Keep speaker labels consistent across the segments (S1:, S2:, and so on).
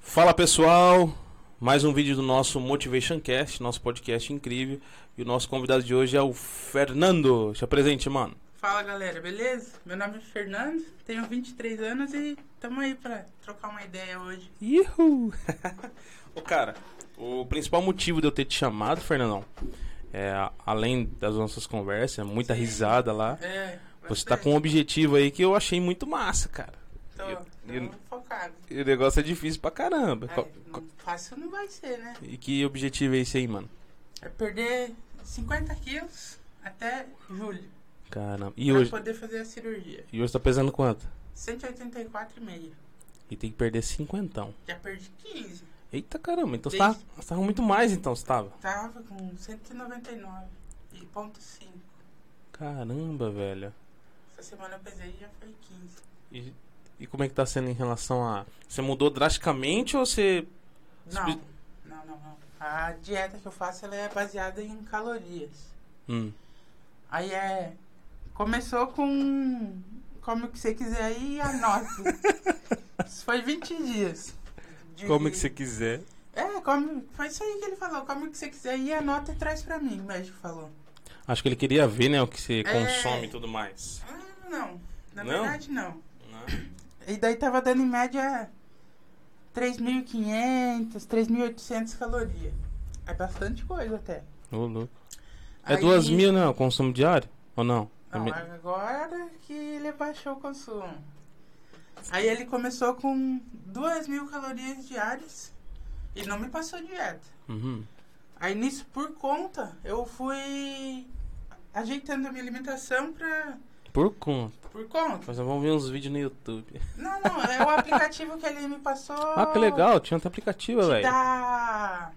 S1: Fala pessoal, mais um vídeo do nosso Motivation Cast, nosso podcast incrível. E o nosso convidado de hoje é o Fernando. Se apresente, mano.
S2: Fala galera, beleza? Meu nome é Fernando, tenho 23 anos e tamo aí pra trocar uma ideia hoje.
S1: Ihu! Ô cara, o principal motivo de eu ter te chamado, Fernandão, é, a- além das nossas conversas, né, muita risada lá,
S2: É,
S1: você tá com um objetivo aí que eu achei muito massa, cara.
S2: Tô, tô
S1: e-
S2: focado.
S1: E o negócio é difícil pra caramba.
S2: Ai,
S1: Qual- qual-
S2: não fácil não vai ser, né?
S1: E que objetivo é esse aí, mano?
S2: É perder 50 quilos até julho.
S1: Caramba. E
S2: pra
S1: hoje,
S2: poder fazer a cirurgia.
S1: e hoje tá pesando quanto?
S2: 184,5.
S1: E tem que perder cinquentão.
S2: Já perdi 15.
S1: Eita caramba, então você tava,
S2: Desde-
S1: você tava muito mais então, você tava.
S2: Tava com 199 e ponto 5.
S1: Caramba, velho.
S2: Essa semana eu pesei e já foi 15.
S1: E, e como é que tá sendo em relação a. Você mudou drasticamente ou você.
S2: Não,
S1: Expli-
S2: não, não, não. A dieta que eu faço ela é baseada em calorias.
S1: Hum.
S2: Aí é. Começou com. Como que você quiser aí, anota. isso foi 20 dias. de-
S1: Como é que você quiser.
S2: É, come, foi isso aí que ele falou. Como que você quiser aí, anota e traz pra mim, o médico falou.
S1: Acho que ele queria ver, né, o que você
S2: É.
S1: consome e tudo mais.
S2: Ah, não. Na
S1: Não?
S2: verdade, não.
S1: Né?
S2: E daí tava dando em média 3.500, 3.800 calorias. É bastante coisa até.
S1: Ô, louco. É
S2: Aí-
S1: duas mil, né? O consumo diário? Ou não? É
S2: Não,
S1: me-
S2: agora que ele baixou o consumo. Aí ele começou com 2 mil calorias diárias e não me passou dieta.
S1: Uhum.
S2: Aí nisso, por conta, eu fui ajeitando a minha alimentação pra...
S1: Por conta.
S2: Por conta?
S1: Mas nós vamos ver uns vídeos no YouTube.
S2: Não, não, é o aplicativo que ele me passou.
S1: Ah, que legal, tinha até aplicativo,
S2: Te
S1: velho.
S2: dá...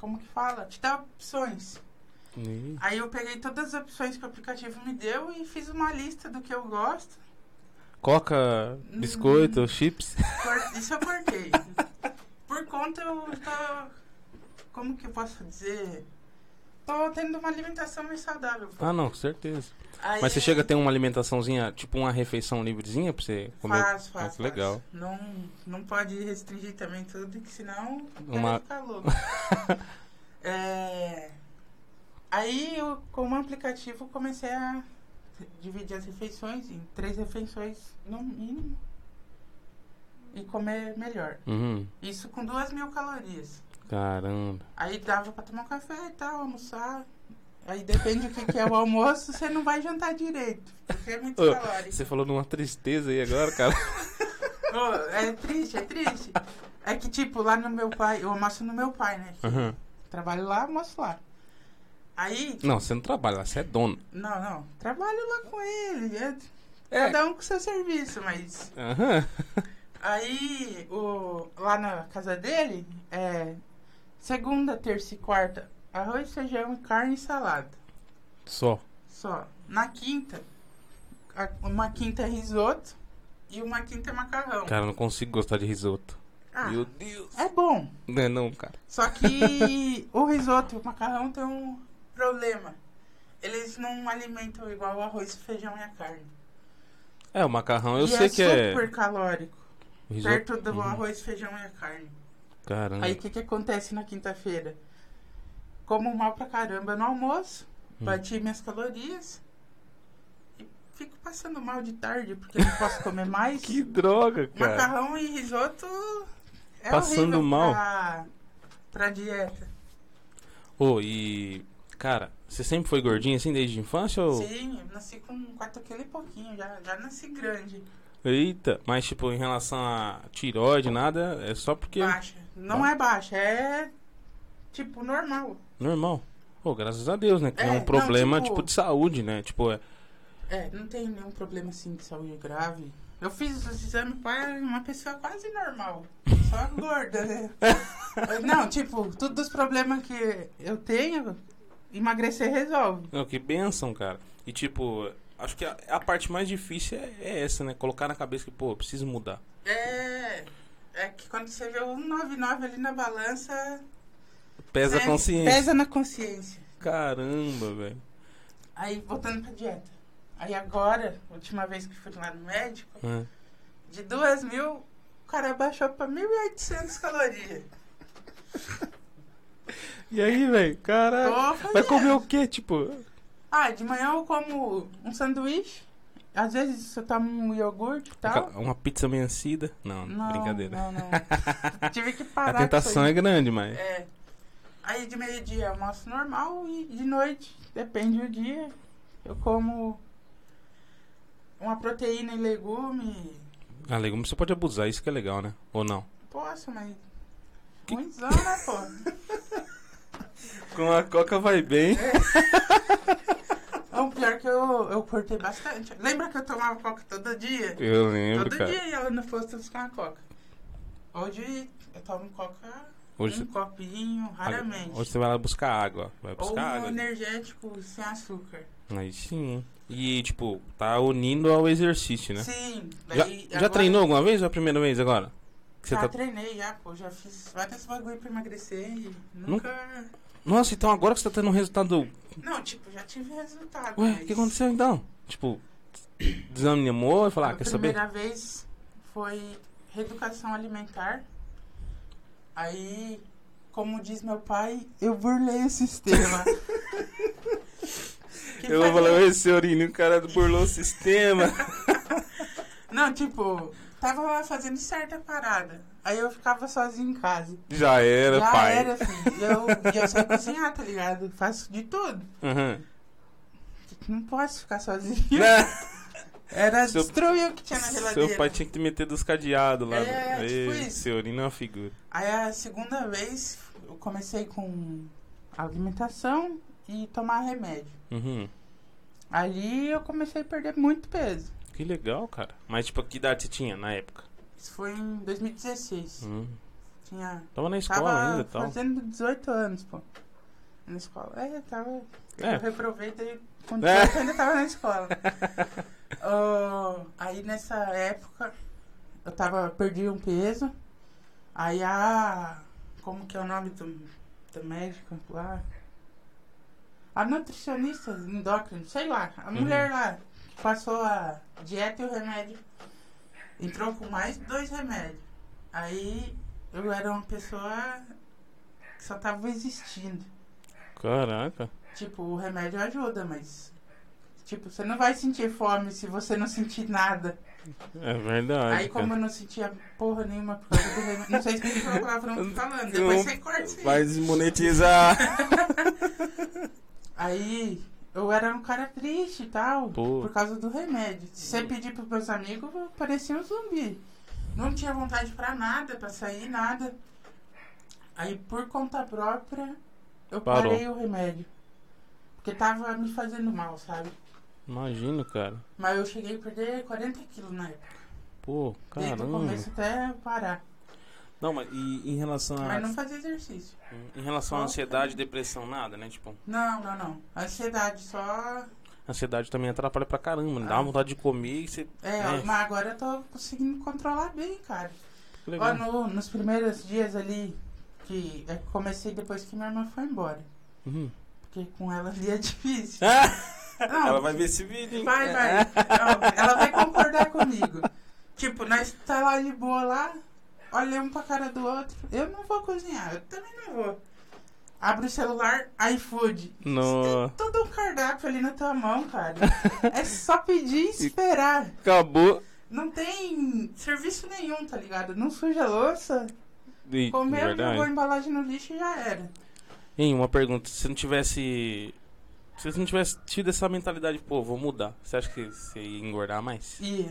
S2: Como que fala? Te dá opções.
S1: Ih,
S2: Aí eu peguei todas as opções que o aplicativo me deu e fiz uma lista do que eu gosto.
S1: Coca, biscoito, chips.
S2: Cor- Isso eu cortei. Por conta eu tô. Como que eu posso dizer? Tô tendo uma alimentação mais saudável. pô.
S1: Ah, não, com certeza.
S2: Aí
S1: Mas você chega a ter uma alimentaçãozinha, tipo uma refeição livrezinha pra você comer?
S2: Faz,
S1: Ah,
S2: faz.
S1: que legal.
S2: faz. Não, não pode restringir também tudo, que senão
S1: Uma-
S2: vai ficar louco. É, Aí eu, com o aplicativo, comecei a dividir as refeições em três refeições no mínimo. E comer melhor.
S1: Uhum.
S2: Isso com duas mil calorias.
S1: Caramba.
S2: Aí dava pra tomar um café e tal, almoçar. Aí depende do que, que é o almoço, você não vai jantar direito. Porque é muito
S1: Ô,
S2: calórico.
S1: Você falou numa tristeza aí agora, cara.
S2: Ô, é triste, é triste. É que, tipo, lá no meu pai, eu almoço no meu pai, né?
S1: Uhum.
S2: Trabalho lá, almoço lá. Aí,
S1: Não, você não trabalha lá, você é dono.
S2: não, não. Trabalho lá com ele. É,
S1: É.
S2: Cada um com seu serviço, mas.
S1: Aham.
S2: Aí, o, lá na casa dele, é. Segunda, terça e quarta, arroz, feijão, carne e salada.
S1: Só.
S2: Só. Na quinta, a- uma quinta é risoto e uma quinta é macarrão.
S1: Cara, eu não consigo gostar de risoto.
S2: Ah,
S1: Meu Deus.
S2: é bom.
S1: Não é não, cara.
S2: Só que o risoto e o macarrão tem um problema. Eles não alimentam igual o arroz, o feijão e a carne.
S1: É, o macarrão eu
S2: e
S1: sei
S2: é
S1: que
S2: super
S1: é.
S2: calórico.
S1: O risoto-
S2: Perto do
S1: Uhum.
S2: arroz, feijão e a carne.
S1: Caramba.
S2: Aí o que, que acontece na quinta-feira? Como mal pra caramba no almoço,
S1: Hum.
S2: bati minhas calorias e fico passando mal de tarde porque não posso comer mais.
S1: Que droga, cara.
S2: Macarrão e risoto é
S1: Passando
S2: horrível
S1: mal.
S2: Pra, pra dieta.
S1: Ô, e. Cara, você sempre foi gordinho assim desde a infância ou.
S2: Sim, eu nasci com 4 quilos e pouquinho, já, já nasci grande,
S1: Eita, mas tipo, em relação a tiroide, nada, é só porque.
S2: baixa. Não
S1: Ba-
S2: é baixa, é tipo normal.
S1: Normal. Pô, graças a Deus, né? Que é,
S2: É,
S1: um
S2: não,
S1: problema,
S2: tipo-
S1: tipo... de saúde, né? Tipo, é.
S2: É, não tem nenhum problema assim de saúde grave. Eu fiz os exames para uma pessoa quase normal, só gorda, né? Não, tipo, todos os problemas que eu tenho, emagrecer resolve.
S1: Não, que benção, cara. E tipo, acho que a, a parte mais difícil é, é essa, né? Colocar na cabeça que, pô, eu preciso mudar.
S2: É, é que quando você vê o 199 ali na balança,
S1: Pesa a
S2: É,
S1: consciência.
S2: Pesa na consciência.
S1: Caramba, velho.
S2: Aí, voltando pra dieta. Aí agora, última vez que fui lá no médico,
S1: É.
S2: de 2 mil cara baixou pra 1.800 calorias.
S1: E aí, velho? Cara,
S2: Tô
S1: vai comer
S2: fazendo.
S1: o quê? Tipo,
S2: Ah, de manhã eu como um sanduíche. Às vezes eu tomo um iogurte e tal.
S1: É uma pizza vencida? Não,
S2: Não,
S1: brincadeira.
S2: não, não. Tive que parar.
S1: A
S2: com isso
S1: tentação
S2: aí.
S1: é grande, mas.
S2: É. Aí de meio-dia eu almoço normal e de noite, depende do dia, eu como uma proteína e legume.
S1: Ah, legume você pode abusar, isso que é legal, né? Ou não?
S2: Poxa, mas. Ruimzão, né, pô?
S1: Com a coca vai bem.
S2: O pior que eu, eu cortei bastante. Lembra que eu tomava coca todo dia?
S1: Eu lembro,
S2: todo
S1: cara.
S2: dia e ela não fosse buscar uma coca. Hoje eu tomo coca, um
S1: Hoje, Ah,
S2: copinho, raramente.
S1: hoje tá você vai lá buscar água. Vai
S2: Ou um
S1: buscar água. né?
S2: energético sem açúcar.
S1: Aí sim. E, tipo, tá unindo ao exercício, né?
S2: Sim.
S1: Já,
S2: daí
S1: já
S2: agora-
S1: treinou alguma vez ou é a primeira vez agora? Que você
S2: já
S1: tá...
S2: treinei, já, pô. Já fiz vários bagulho pra emagrecer e nunca...
S1: Nossa, então agora que você tá tendo um resultado.
S2: Não, tipo, já tive resultado.
S1: Ué, o
S2: mas
S1: que aconteceu então? Tipo, desanimou e falou, ah,
S2: a
S1: quer saber?
S2: primeira vez foi reeducação alimentar. Aí, como diz meu pai, eu burlei o sistema. Que
S1: Eu vou
S2: faz-
S1: falar, oi, senhorinho, o cara burlou o sistema.
S2: Não, tipo, tava lá fazendo certa parada. Aí eu ficava sozinho em casa.
S1: Já era,
S2: Já
S1: pai.
S2: era, filho. Eu, e eu sei cozinhar, tá ligado? Faço de tudo.
S1: Aham.
S2: Não posso ficar sozinho.
S1: Uhum. Né?
S2: Era
S1: Seu-
S2: destruir o que tinha na geladeira.
S1: Seu pai tinha que ter metido os cadeados lá.
S2: É,
S1: né?
S2: tipo
S1: Ei,
S2: isso.
S1: senhorinho é uma figura.
S2: Aí a segunda vez eu comecei com alimentação e tomar remédio.
S1: Uhum.
S2: Ali eu comecei a perder muito peso.
S1: Que legal, cara. Mas, tipo, que idade você tinha na época?
S2: Isso foi em 2016.
S1: Hum.
S2: Tinha.
S1: Tava na escola
S2: Tava
S1: ainda e tal.
S2: fazendo 18 anos, pô. Na escola. É, tava.
S1: É.
S2: Eu reprovei daí com
S1: É.
S2: 18 eu ainda tava na escola. Ô, aí nessa época eu tava, perdi um peso. Aí a. Como que é o nome do, do médico lá? A nutricionista, endócrino, sei lá. A
S1: Uhum.
S2: mulher lá que passou a dieta e o remédio. Entrou com mais dois remédios. Aí eu era uma pessoa que só tava existindo.
S1: Caraca.
S2: Tipo, o remédio ajuda, mas. Tipo, você não vai sentir fome se você não sentir nada.
S1: É verdade.
S2: Aí, como eu não sentia porra nenhuma por causa do remédio. Não sei se tem palavrão que eu tô falando, depois você corta isso aí.
S1: desmonetizar.
S2: Aí, eu era um cara triste e tal,
S1: Pô.
S2: por causa do remédio. Se você pedir pros meus amigos, eu parecia um zumbi. Não tinha vontade pra nada, pra sair, nada. Aí, por conta própria, eu
S1: Parou.
S2: parei o remédio. Porque tava me fazendo mal, sabe?
S1: Imagino, cara.
S2: Mas eu cheguei a perder 40 quilos na época.
S1: Pô,
S2: Desde o
S1: caramba.
S2: começo até parar.
S1: Não, mas e em relação
S2: Mas não fazia exercício.
S1: Em relação à
S2: Só-
S1: ansiedade, depressão, nada, né? Tipo,
S2: Não, não, não. Ansiedade só.
S1: a ansiedade também atrapalha pra caramba, né? Dá
S2: Ah.
S1: uma vontade de comer e você.
S2: É,
S1: É.
S2: mas agora eu tô conseguindo controlar bem, cara.
S1: Que
S2: Ó,
S1: legal.
S2: no- nos primeiros dias ali, que eu comecei depois que minha irmã foi embora.
S1: Uhum.
S2: Porque com ela ali é difícil. Não,
S1: Ah! Ela vai ver esse vídeo, hein?
S2: Vai, vai. Não, ela vai concordar comigo. Tipo, nós tá lá de boa lá, olha um pra cara do outro. Eu não vou cozinhar, eu também não vou. Abre o celular, iFood.
S1: No...
S2: Tem todo um cardápio ali na tua mão, cara. É só pedir e esperar.
S1: Acabou.
S2: Não tem serviço nenhum, tá ligado? Não suja a louça,
S1: E,
S2: comeu,
S1: verdade.
S2: jogou a embalagem no lixo e já era.
S1: Hein, uma pergunta. Se você não tivesse. Se você não tivesse tido essa mentalidade, pô, vou mudar. Você acha que você ia engordar mais?
S2: E,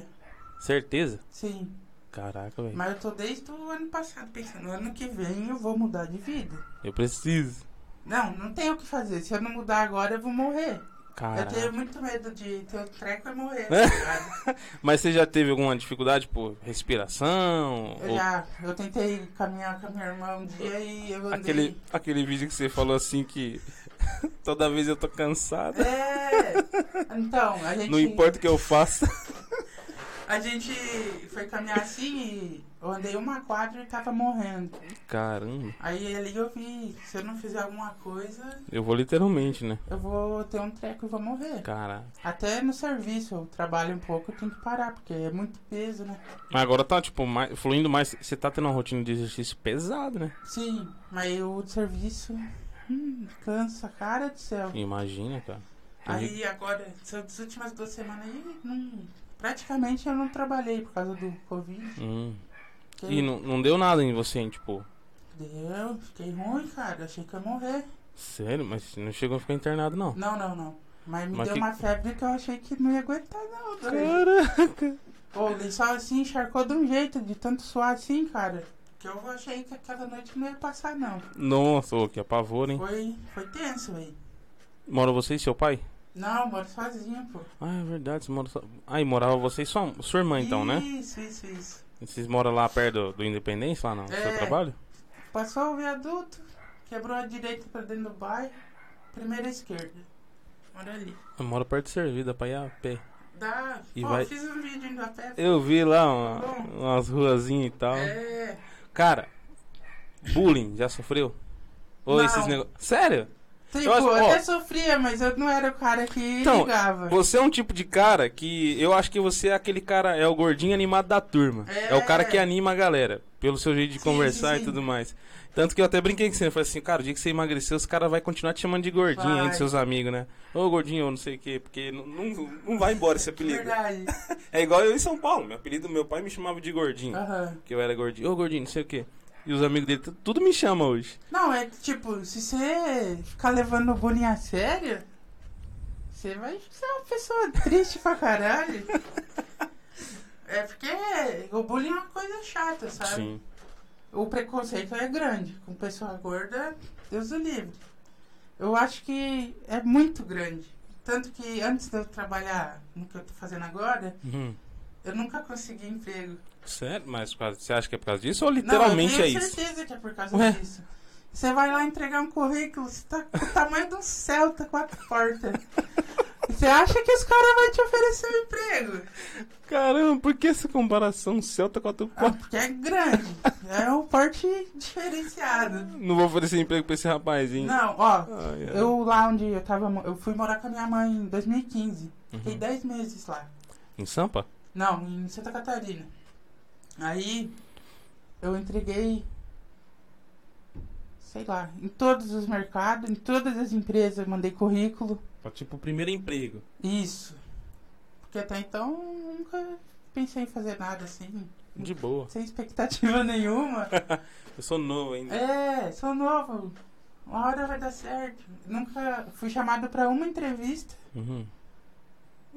S1: Certeza?
S2: sim.
S1: Caraca, velho.
S2: Mas eu tô desde o ano passado pensando, ano que vem eu vou mudar de vida.
S1: Eu preciso.
S2: Não, não tem o que fazer. Se eu não mudar agora, eu vou morrer. Eu
S1: Caraca.
S2: tenho muito medo de ter o treco e morrer.
S1: É?
S2: tá ligado?
S1: Mas você já teve alguma dificuldade, por respiração?
S2: eu
S1: Ou-
S2: já, eu tentei caminhar com a minha irmã um dia e eu andei.
S1: Aquele, aquele vídeo que você falou assim que toda vez eu tô cansada,
S2: É! Então, a gente.
S1: não importa o que eu faça.
S2: A gente foi caminhar assim e eu andei uma quadra e tava morrendo.
S1: Caramba.
S2: Aí ali eu vi, se eu não fizer alguma coisa,
S1: Eu vou literalmente, né?
S2: eu vou ter um treco e vou morrer.
S1: Cara.
S2: Até no serviço, eu trabalho um pouco, eu tenho que parar, porque é muito peso, né?
S1: Mas agora tá, tipo, mais, fluindo mais. Você tá tendo uma rotina de exercício pesado, né?
S2: Sim, mas o de serviço hum, cansa, cara do céu.
S1: Imagina, cara. Tem gente-
S2: Aí agora, essas últimas duas semanas aí, não- praticamente eu não trabalhei por causa do Covid.
S1: Hum.
S2: porque
S1: E não, não deu nada em você, hein, tipo.
S2: Deu, fiquei ruim, cara. Achei que ia morrer.
S1: Sério, mas não chegou a ficar internado, não.
S2: Não, não, não. Mas me
S1: Mas
S2: deu
S1: que-
S2: uma febre que eu achei que não ia aguentar, não. velho.
S1: Caraca!
S2: Pô, o lençol assim encharcou de um jeito, de tanto suar assim, cara. Que eu achei que aquela noite não ia passar, não.
S1: Nossa, ô, que apavor, hein?
S2: Foi, foi tenso, velho.
S1: Mora você e seu pai?
S2: Não, eu moro sozinho, pô.
S1: Ah, é verdade, você mora só. Aí morava você e sua, sua irmã, então, né?
S2: Isso, isso, isso.
S1: Vocês moram lá perto do, do Independência, lá no seu
S2: É.
S1: trabalho?
S2: Passou o viaduto, quebrou a direita pra dentro do bairro, primeira esquerda. Mora ali.
S1: Eu moro perto de Servida, pra ir a pé.
S2: Dá.
S1: E
S2: Pô,
S1: vai-
S2: fiz um vídeo indo a pé.
S1: Eu vi lá uma-
S2: Tá Bom.
S1: umas ruazinhas e tal.
S2: É.
S1: Cara, bullying, já sofreu? Ou
S2: Não.
S1: esses negócios. Sério?
S2: Tipo,
S1: Eu
S2: eu,
S1: acho- ó.
S2: até sofria, mas eu não era o cara que
S1: Então,
S2: ligava.
S1: Você é um tipo de cara que eu acho que você é aquele cara, é o gordinho animado da turma. É,
S2: É.
S1: o cara que anima a galera, pelo seu jeito de
S2: Sim,
S1: conversar
S2: sim,
S1: e
S2: sim.
S1: tudo mais. Tanto que eu até brinquei com você, eu falei assim, cara, o dia que você emagrecer, os caras vão continuar te chamando de gordinho
S2: Vai.
S1: entre seus amigos, né? Ô gordinho, ou não sei o quê, porque não, não, não vai embora esse apelido.
S2: Verdade.
S1: É igual eu em São Paulo, meu apelido, meu pai me chamava de gordinho,
S2: Aham.
S1: porque eu era gordinho. Ô gordinho, não sei o quê. E os amigos dele, tu- tudo me chama hoje.
S2: Não, é que, tipo, se você ficar levando o bullying a sério, você vai ser uma pessoa triste pra caralho. É porque o bullying é uma coisa chata, sabe?
S1: Sim.
S2: O preconceito é grande. Com pessoa gorda, Deus o livre. Eu acho que é muito grande. Tanto que antes de eu trabalhar no que eu tô fazendo agora,
S1: Uhum.
S2: eu nunca consegui emprego.
S1: Sério? Mas por causa- você acha que é por causa disso ou
S2: Não, eu
S1: literalmente é
S2: tenho
S1: isso?
S2: certeza que é por causa
S1: Ué?
S2: disso. Você vai lá entregar um currículo, você tá com o tamanho do céu, tá com a porta. Você acha que os caras vão te oferecer um emprego?
S1: Caramba, por que essa comparação Celta com a
S2: Ah,
S1: Tucumã?
S2: porque é grande. É um porte diferenciado.
S1: Não vou oferecer emprego pra esse rapazinho.
S2: Não, ó,
S1: Ai, ai.
S2: eu lá onde eu tava. mo- Eu fui morar com a minha mãe em 2015. Fiquei
S1: Uhum.
S2: 10 meses lá.
S1: Em Sampa?
S2: Não, em Santa Catarina. Aí eu entreguei, sei lá, em todos os mercados, em todas as empresas, eu mandei currículo.
S1: Tipo, o primeiro emprego.
S2: Isso. Porque até então eu nunca pensei em fazer nada assim,
S1: De boa.
S2: sem expectativa nenhuma.
S1: Eu sou novo ainda.
S2: É, sou novo. Uma hora vai dar certo. Nunca fui chamado pra uma entrevista
S1: Uhum.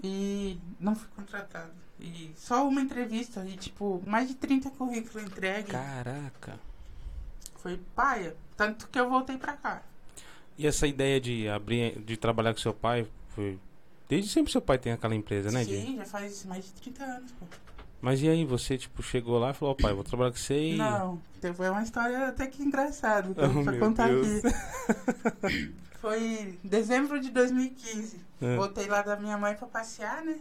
S2: e não fui contratado. E só uma entrevista e tipo, mais de 30 currículos entregues.
S1: Caraca.
S2: Foi paia. Tanto que eu voltei pra cá.
S1: E essa ideia de abrir, de trabalhar com seu pai, foi... Desde sempre seu pai tem aquela empresa, né, Di?
S2: Sim, já faz mais de 30 anos, pô.
S1: Mas e aí, você, tipo, chegou lá e falou, ó, pai, vou trabalhar com você e...
S2: Não, então foi uma história até que engraçada que
S1: Oh,
S2: eu vou
S1: meu
S2: contar
S1: Deus.
S2: aqui. foi em dezembro de 2015.
S1: É.
S2: Voltei lá da minha mãe pra passear, né?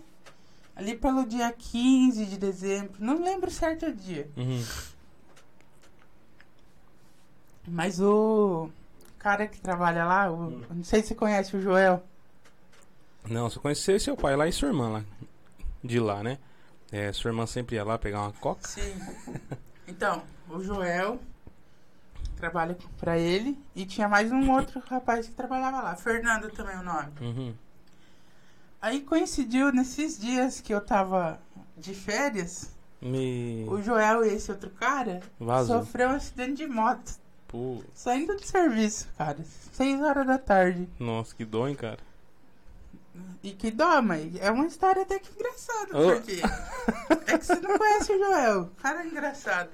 S2: Ali pelo dia 15 de dezembro. Não lembro certo o dia.
S1: Uhum.
S2: Mas o cara que trabalha lá, o-
S1: Hum.
S2: eu não sei se você conhece o Joel.
S1: Não, só conheceu seu pai lá e sua irmã lá. De lá, né? É, sua irmã sempre ia lá pegar uma coca.
S2: Sim. Então, o Joel trabalha pra ele e tinha mais um outro rapaz que trabalhava lá, Fernando também é o nome.
S1: Uhum.
S2: Aí coincidiu nesses dias que eu tava de férias,
S1: Me...
S2: o Joel e esse outro cara
S1: Vazou.
S2: sofreu um acidente de moto
S1: Pô,
S2: saindo do serviço, cara, seis horas da tarde.
S1: Nossa, que dó, hein, cara.
S2: E que dó, mas é uma história até que engraçada,
S1: Ô.
S2: porque é que você não conhece o Joel, cara é engraçado.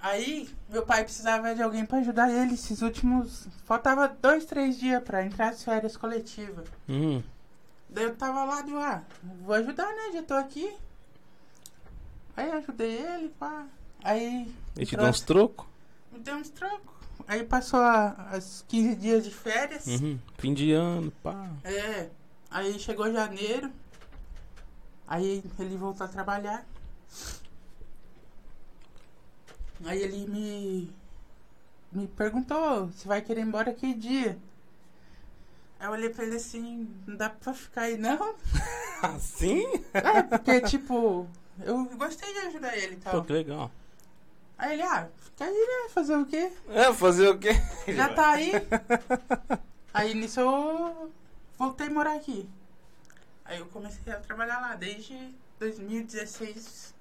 S2: Aí, meu pai precisava de alguém pra ajudar ele esses últimos... Faltava dois, três dias pra entrar as férias coletivas.
S1: Uhum.
S2: Daí eu tava lá, do ah, vou ajudar, né, já tô aqui. Aí eu ajudei ele, pá. Aí
S1: E te dá uns trocos?
S2: me deu uns trocos. Aí passou a- as 15 dias de férias.
S1: Fim de Uhum. ano, pá.
S2: É, aí chegou janeiro. Aí ele voltou a trabalhar. Aí ele me me perguntou se vai querer ir embora que dia. Aí eu olhei pra ele assim, não dá pra ficar aí não?
S1: Assim?
S2: É, porque tipo, eu gostei de ajudar ele e
S1: Pô,
S2: tal.
S1: que legal.
S2: Aí ele, ah, fica aí né, fazer o quê?
S1: É, fazer o quê?
S2: Já tá aí. Aí nisso eu voltei a morar aqui. Aí eu comecei a trabalhar lá desde 2016.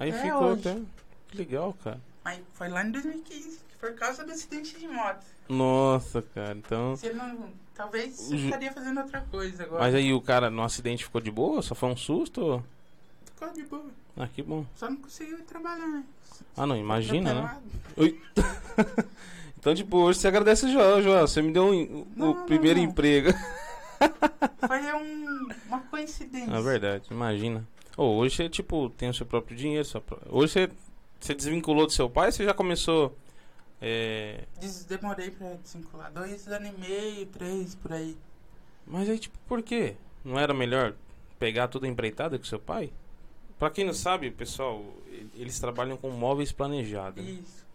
S1: Aí
S2: É
S1: ficou
S2: hoje.
S1: até. Que legal, cara.
S2: Aí foi lá em 2015, que foi por causa do acidente de moto.
S1: Nossa, cara. Então.
S2: Você não. Talvez você
S1: Uhum.
S2: estaria fazendo outra coisa agora.
S1: Mas aí o cara no acidente ficou de boa? Só foi um susto?
S2: Ficou de boa.
S1: Ah, que bom.
S2: Só não conseguiu trabalhar, né?
S1: Ah, não, imagina, né?
S2: Atropelado.
S1: Oi. então, tipo, hoje você agradece o Joel, Joel. Você me deu um- o
S2: Não, não,
S1: primeiro
S2: não.
S1: emprego.
S2: Foi um- uma coincidência.
S1: Na É verdade, imagina. Ô, hoje você, tipo, tem o seu próprio dinheiro. sua pró- Hoje você, você desvinculou do seu pai, você já começou. é,
S2: Des- Demorei pra desvincular. Dois anos e meio, três por aí.
S1: Mas aí, tipo, por quê? Não era melhor pegar tudo empreitada com seu pai? Pra quem não sabe, pessoal, e- eles trabalham com móveis planejados. né?
S2: Isso.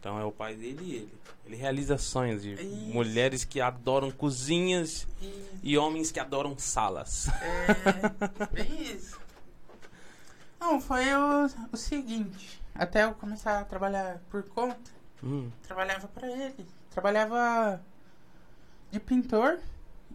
S1: Então é o pai dele e ele. Ele realiza sonhos de
S2: Isso.
S1: mulheres que adoram cozinhas
S2: Isso.
S1: e homens que adoram salas.
S2: É. bem isso. Não, foi o, o seguinte. Até eu começar a trabalhar por conta,
S1: Hum,
S2: trabalhava pra ele. Trabalhava de pintor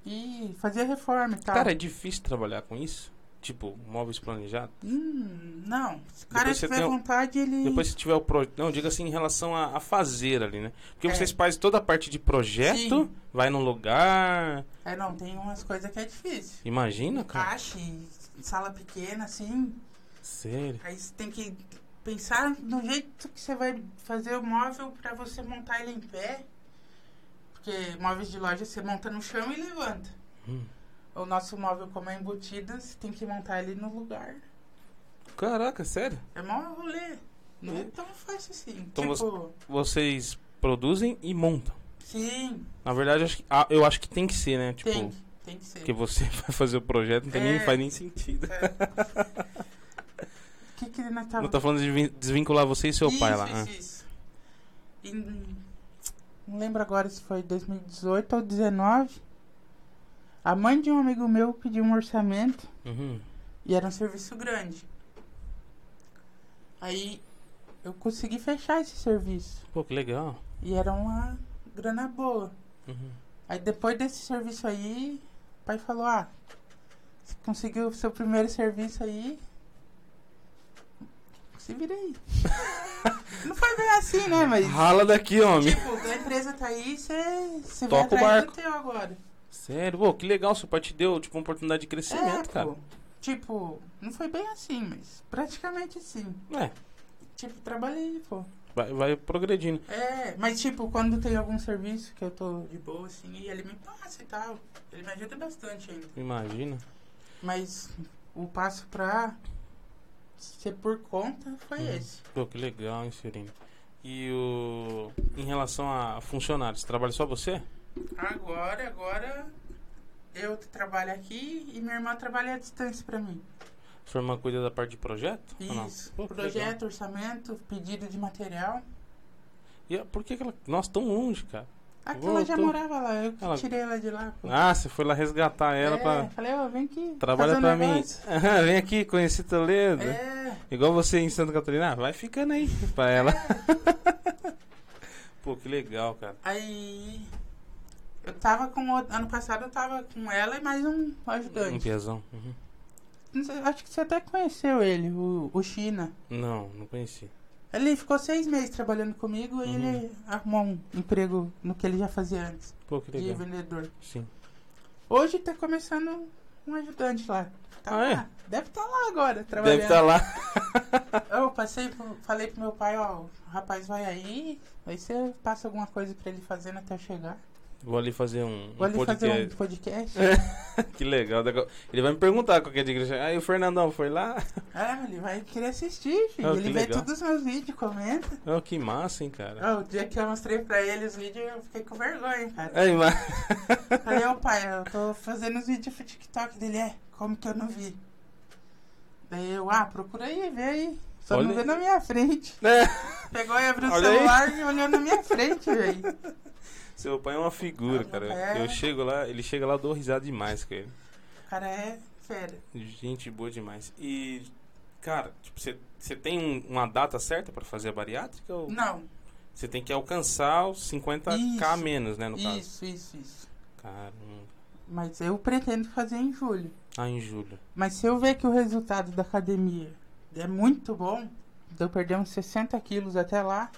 S2: e fazia reforma e tal.
S1: Cara, é difícil trabalhar com isso? Tipo, móveis planejados?
S2: Hum, não. Se o cara
S1: Depois você
S2: tiver
S1: tem o-
S2: vontade, ele.
S1: Depois se tiver o projeto. Não, diga assim em relação a, a fazer ali, né? Porque
S2: É.
S1: vocês fazem toda a parte de projeto,
S2: Sim.
S1: vai num lugar.
S2: É, não, tem umas coisas que é difícil.
S1: Imagina, cara.
S2: Caixa, e sala pequena, assim.
S1: Sério.
S2: Aí você tem que pensar no jeito que você vai fazer o móvel pra você montar ele em pé. Porque móveis de loja você monta no chão e levanta.
S1: Hum.
S2: O nosso móvel, como é embutido, você tem que montar ele no lugar.
S1: Caraca, sério.
S2: É mó rolê. Não é
S1: Hum.
S2: tão fácil assim.
S1: Então você-
S2: tipo,
S1: Vocês produzem e montam.
S2: sim,
S1: Na verdade, acho que- ah, eu acho que tem que ser, né? Tipo,
S2: tem. Tem que ser.
S1: que você vai fazer o projeto, não tem nem,
S2: É.
S1: faz nem sentido.
S2: O que que ele não
S1: Não tá falando de vin- desvincular você e seu
S2: isso,
S1: pai lá.
S2: Isso,
S1: né?
S2: isso. E, hum, não lembro agora se foi 2018 ou 2019. A mãe de um amigo meu pediu um orçamento
S1: Uhum.
S2: e era um serviço grande. Aí eu consegui fechar esse serviço
S1: Pô, que legal.
S2: e era uma grana boa.
S1: Uhum.
S2: Aí depois desse serviço aí, o pai falou: Ah, você conseguiu o seu primeiro serviço aí. Se vira aí. Não foi bem assim, né? Mas.
S1: Uhum. Rala daqui, homem.
S2: Tipo, a empresa tá aí, você vai
S1: Toca o
S2: atrás do
S1: barco.
S2: teu agora. É,
S1: Sério, pô, que legal. Seu pai te deu, tipo, uma oportunidade de crescimento,
S2: pô.
S1: cara.
S2: Tipo, não foi bem assim, mas praticamente sim.
S1: É,
S2: Tipo, trabalhei, pô.
S1: vai, vai progredindo.
S2: É, mas tipo, quando tem algum serviço que eu tô de boa, assim, e ele me passa e tal. Ele me ajuda bastante ainda.
S1: Imagina.
S2: Mas o passo pra ser por conta foi
S1: Hum.
S2: esse.
S1: Pô, que legal, hein, Serino. E o. Em relação a funcionários, trabalha só você?
S2: Agora, agora eu trabalho aqui e minha irmã trabalha à distância pra mim.
S1: Sua irmã cuida da parte de projeto? ou não?
S2: Isso.
S1: Ah, Pô, que legal.
S2: Projeto, orçamento, pedido de material.
S1: E a- por que, que ela. Nossa, tão longe, cara.
S2: Aquela já
S1: Voltou.
S2: morava lá, eu que
S1: Ela-
S2: tirei ela de lá. pô.
S1: Ah, você foi lá resgatar ela
S2: é,
S1: pra.
S2: Falei, ó, vem aqui.
S1: Trabalha
S2: fazer um
S1: pra mim.
S2: negócio.
S1: Ah, Vem aqui, conheci Toledo.
S2: É,
S1: Igual você em Santa Catarina. Ah, vai ficando aí pra ela.
S2: É.
S1: Pô, que legal, cara.
S2: aí eu tava com. o- Ano passado eu tava com ela e mais um
S1: Um
S2: ajudante.
S1: piazão. Uhum.
S2: Não sei, Acho que você até conheceu ele, o, o China.
S1: Não, não conheci.
S2: Ele ficou seis meses trabalhando comigo e
S1: Uhum.
S2: ele arrumou um emprego no que ele já fazia antes,
S1: Pô, que
S2: de
S1: legal.
S2: vendedor.
S1: Sim.
S2: Hoje tá começando um ajudante lá. Tá
S1: Ah, é?
S2: lá. Deve estar lá agora, trabalhando.
S1: Deve tá estar lá.
S2: Eu passei, pro- falei pro meu pai, ó, o rapaz vai aí, aí você passa alguma coisa pra ele fazendo até eu chegar.
S1: Vou ali fazer um, um
S2: Vou ali
S1: podcast.
S2: fazer um podcast.
S1: É. Que legal. Dago- Ele vai me perguntar qual que é de igreja. Aí o Fernandão foi lá.
S2: É, ele vai querer assistir, filho.
S1: Ah, que
S2: ele vê
S1: legal. Tá.
S2: todos os meus vídeos, comenta.
S1: Oh, que massa, hein, cara.
S2: Ó, o dia que eu mostrei pra ele os vídeos, eu fiquei com vergonha, cara.
S1: Aí, mas...
S2: Falei, ô pai, é, eu tô fazendo os vídeos pro TikTok dele, é, como que eu não vi? Daí eu, ah, procura aí, vê aí. Só
S1: Olha
S2: não vê
S1: aí.
S2: na minha frente.
S1: É.
S2: Pegou e abriu o
S1: Olha aí.
S2: celular e olhou na minha frente, velho.
S1: Seu pai é uma figura, cara.
S2: É.
S1: Eu chego lá, ele chega lá, eu dou risada demais com ele.
S2: O cara é fera.
S1: Gente boa demais. E, cara, tipo, você você tem um- uma data certa pra fazer a bariátrica? Ou
S2: Não,
S1: você tem que alcançar os 50k
S2: Isso.
S1: menos, né, no caso?
S2: isso, isso, isso.
S1: Caramba.
S2: Mas eu pretendo fazer em julho.
S1: Ah, em julho.
S2: Mas se eu ver que o resultado da academia é muito bom, de eu perder uns 60 quilos até lá,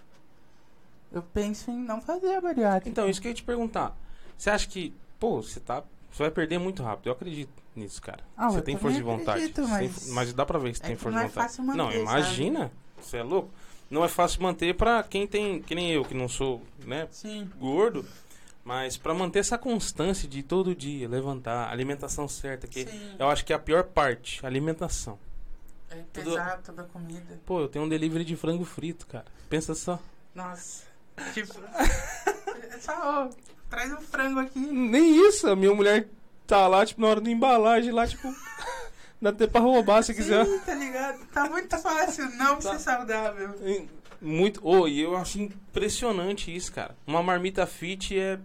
S2: eu penso em não fazer a bariátrica.
S1: Então, isso que eu ia te perguntar. Você acha que, pô, você tá. Você vai perder muito rápido. Eu acredito nisso, cara.
S2: Ah,
S1: Então, você
S2: eu
S1: tem
S2: também
S1: força de vontade.
S2: acredito,
S1: Você tem
S2: mas-
S1: fo- mas dá pra ver que você
S2: é
S1: tem
S2: que
S1: força
S2: não
S1: de
S2: é
S1: vontade.
S2: fácil manter,
S1: não,
S2: sabe?
S1: imagina. Você é louco? Não é fácil manter pra quem tem. Que nem eu, que não sou, né,
S2: Sim.
S1: gordo. Mas pra manter essa constância de todo dia, levantar, alimentação certa, que
S2: Sim.
S1: eu acho que é a pior parte, alimentação.
S2: É
S1: tudo-
S2: pesar toda a comida.
S1: Pô, eu tenho um delivery de frango frito, cara. Pensa só.
S2: Nossa. Tipo. Só, ô, traz um frango aqui.
S1: Nem isso, a minha mulher tá lá, tipo, na hora do embalagem, lá, tipo, dá até pra roubar se quiser.
S2: Sim, tá ligado? Tá muito fácil não
S1: Tá.
S2: ser saudável.
S1: Muito. Oh, e eu acho impressionante isso, cara. Uma marmita fit é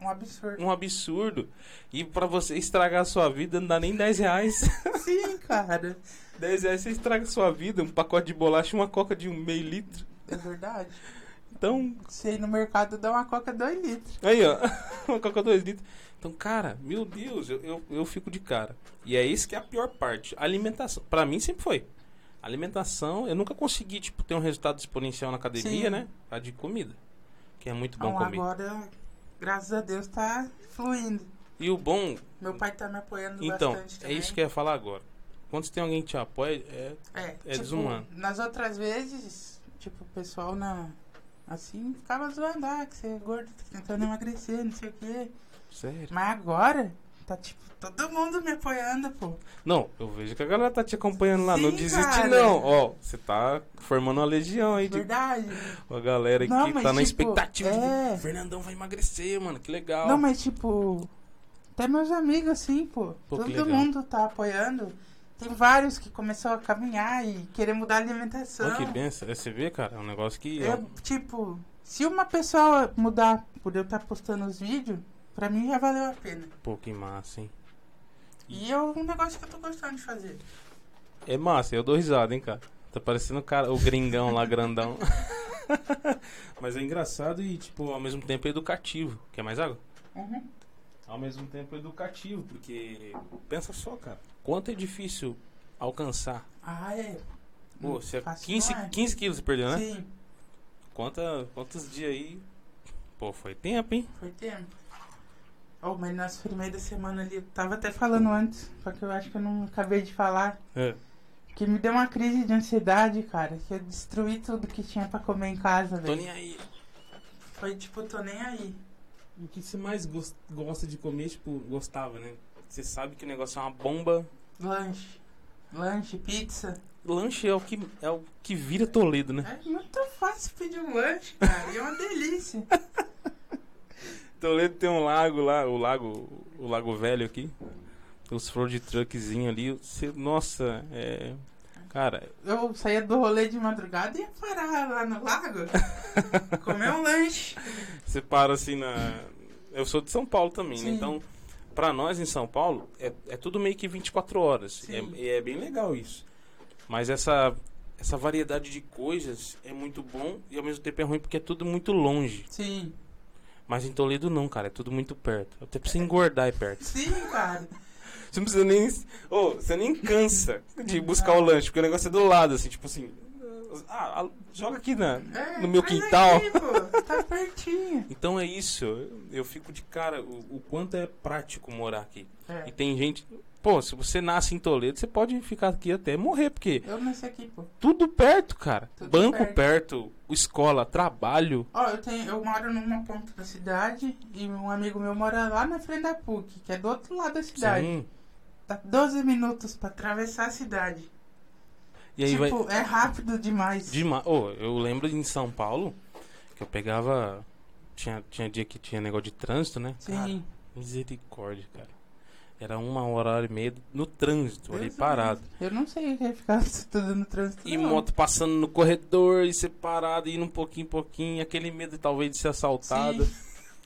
S2: Um absurdo.
S1: um absurdo. E pra você estragar a sua vida, não dá nem 10 reais.
S2: Sim, cara.
S1: 10 reais você estraga a sua vida. Um pacote de bolacha e uma coca de um meio litro.
S2: É verdade.
S1: Então,
S2: Se ir no mercado dá uma coca 2 litros.
S1: aí, ó. Uma coca 2 litros. Então, cara, meu Deus, eu, eu, eu fico de cara. E é isso que é a pior parte. Alimentação. Pra mim sempre foi. Alimentação, eu nunca consegui, tipo, ter um resultado exponencial na academia,
S2: Sim.
S1: né? A de comida. Que é muito bom
S2: Então
S1: comer.
S2: agora, graças a Deus, tá fluindo.
S1: E o bom
S2: Meu pai tá me apoiando
S1: Então,
S2: bastante
S1: é
S2: também.
S1: isso que eu ia falar agora. Quando você tem alguém que te apoia, é.
S2: É, tipo,
S1: desumano.
S2: Nas outras vezes, tipo, o pessoal na. Assim, ficava zoando, ah, que você é gordo, tá tentando emagrecer, não sei o quê.
S1: Sério?
S2: Mas agora, tá tipo, todo mundo me apoiando, pô.
S1: Não, eu vejo que a galera tá te acompanhando lá. não
S2: Sim,
S1: desiste,
S2: cara.
S1: não. Ó, você tá formando uma legião aí de
S2: Verdade.
S1: uma galera
S2: Não,
S1: que tá
S2: mas,
S1: na
S2: tipo,
S1: expectativa
S2: é.
S1: de. Fernandão vai emagrecer, mano. Que legal.
S2: Não, mas tipo, até meus amigos, assim, pô.
S1: Pô, que legal.
S2: todo mundo tá apoiando. Tem vários que começaram a caminhar e querer mudar a alimentação.
S1: Olha que benção. É, Você vê, cara, é um negócio que.
S2: Eu, tipo, se uma pessoa mudar por eu estar postando os vídeos, pra mim já valeu a pena.
S1: Pô, que massa, hein?
S2: E é um negócio que eu tô gostando de fazer.
S1: É massa, eu dou risada, hein, cara. Tá parecendo o cara, o gringão lá, grandão. Mas é engraçado e, tipo, ao mesmo tempo é educativo. Quer mais água?
S2: Uhum.
S1: ao mesmo tempo educativo, porque pensa só, cara, quanto é difícil alcançar.
S2: Ah, é.
S1: Pô, você
S2: fácil
S1: 15,
S2: não é.
S1: 15 quilos você perdeu, né?
S2: Sim,
S1: Quanta, quantos dias aí? Pô, foi tempo, hein?
S2: foi tempo. Oh, mas nas primeiras semanas ali, eu tava até falando antes, só que eu acho que eu não acabei de falar.
S1: É.
S2: Que me deu uma crise de ansiedade, cara. Que eu destruí tudo que tinha pra comer em casa,
S1: Tô
S2: velho.
S1: nem aí.
S2: Foi tipo, tô nem aí.
S1: O que você mais gosta de comer, tipo, gostava, né? Você sabe que o negócio é uma bomba.
S2: Lanche. Lanche, pizza.
S1: Lanche é o que, é o que vira Toledo, né?
S2: É muito fácil pedir um lanche, cara. E é uma delícia.
S1: Toledo tem um lago lá, o lago, o lago velho aqui. Os food truckzinho ali. Você, nossa, é. Cara,
S2: Eu saía do rolê de madrugada e ia parar lá no lago. comer um lanche.
S1: Você para assim na. Eu sou de São Paulo também, né?
S2: Sim.
S1: Então, pra nós em São Paulo, é, é tudo meio que 24 horas.
S2: Sim.
S1: É, e é bem legal isso. Mas essa, essa variedade de coisas é muito bom e ao mesmo tempo é ruim porque é tudo muito longe.
S2: Sim.
S1: Mas em Toledo não, cara, é tudo muito perto. Até pra você engordar é perto.
S2: Sim, cara.
S1: Você não precisa nem. Ô, você nem cansa de buscar o lanche, porque o negócio é do lado, assim, tipo assim. Ah, ah, joga aqui na,
S2: É,
S1: no meu
S2: traz
S1: quintal.
S2: aqui, pô. Tá pertinho.
S1: Então é isso. Eu- Eu fico de cara o, o quanto é prático morar aqui. E
S2: É.
S1: tem gente. Pô, se você nasce em Toledo, você pode ficar aqui até morrer, porque
S2: Eu nasci aqui, pô.
S1: tudo perto, cara.
S2: Tudo
S1: Banco perto.
S2: perto.
S1: escola, trabalho.
S2: Ó, eu tenho. Eu moro numa ponta da cidade e um amigo meu mora lá na frente da PUC, que é do outro lado da cidade.
S1: Sim.
S2: Dá 12 minutos pra atravessar a cidade.
S1: E aí vai.
S2: tipo, é rápido demais.
S1: Dema... Ô, eu lembro em São Paulo que eu pegava. Tinha, tinha dia que tinha negócio de trânsito, né? Cara,
S2: Sim.
S1: misericórdia, cara. Era uma hora, hora e meia no trânsito, ali parado.
S2: Eu não sei o que é ficar tudo no trânsito.
S1: E
S2: não.
S1: moto passando no corredor, e você parado, indo um pouquinho em pouquinho, aquele medo talvez de ser assaltado.
S2: Sim.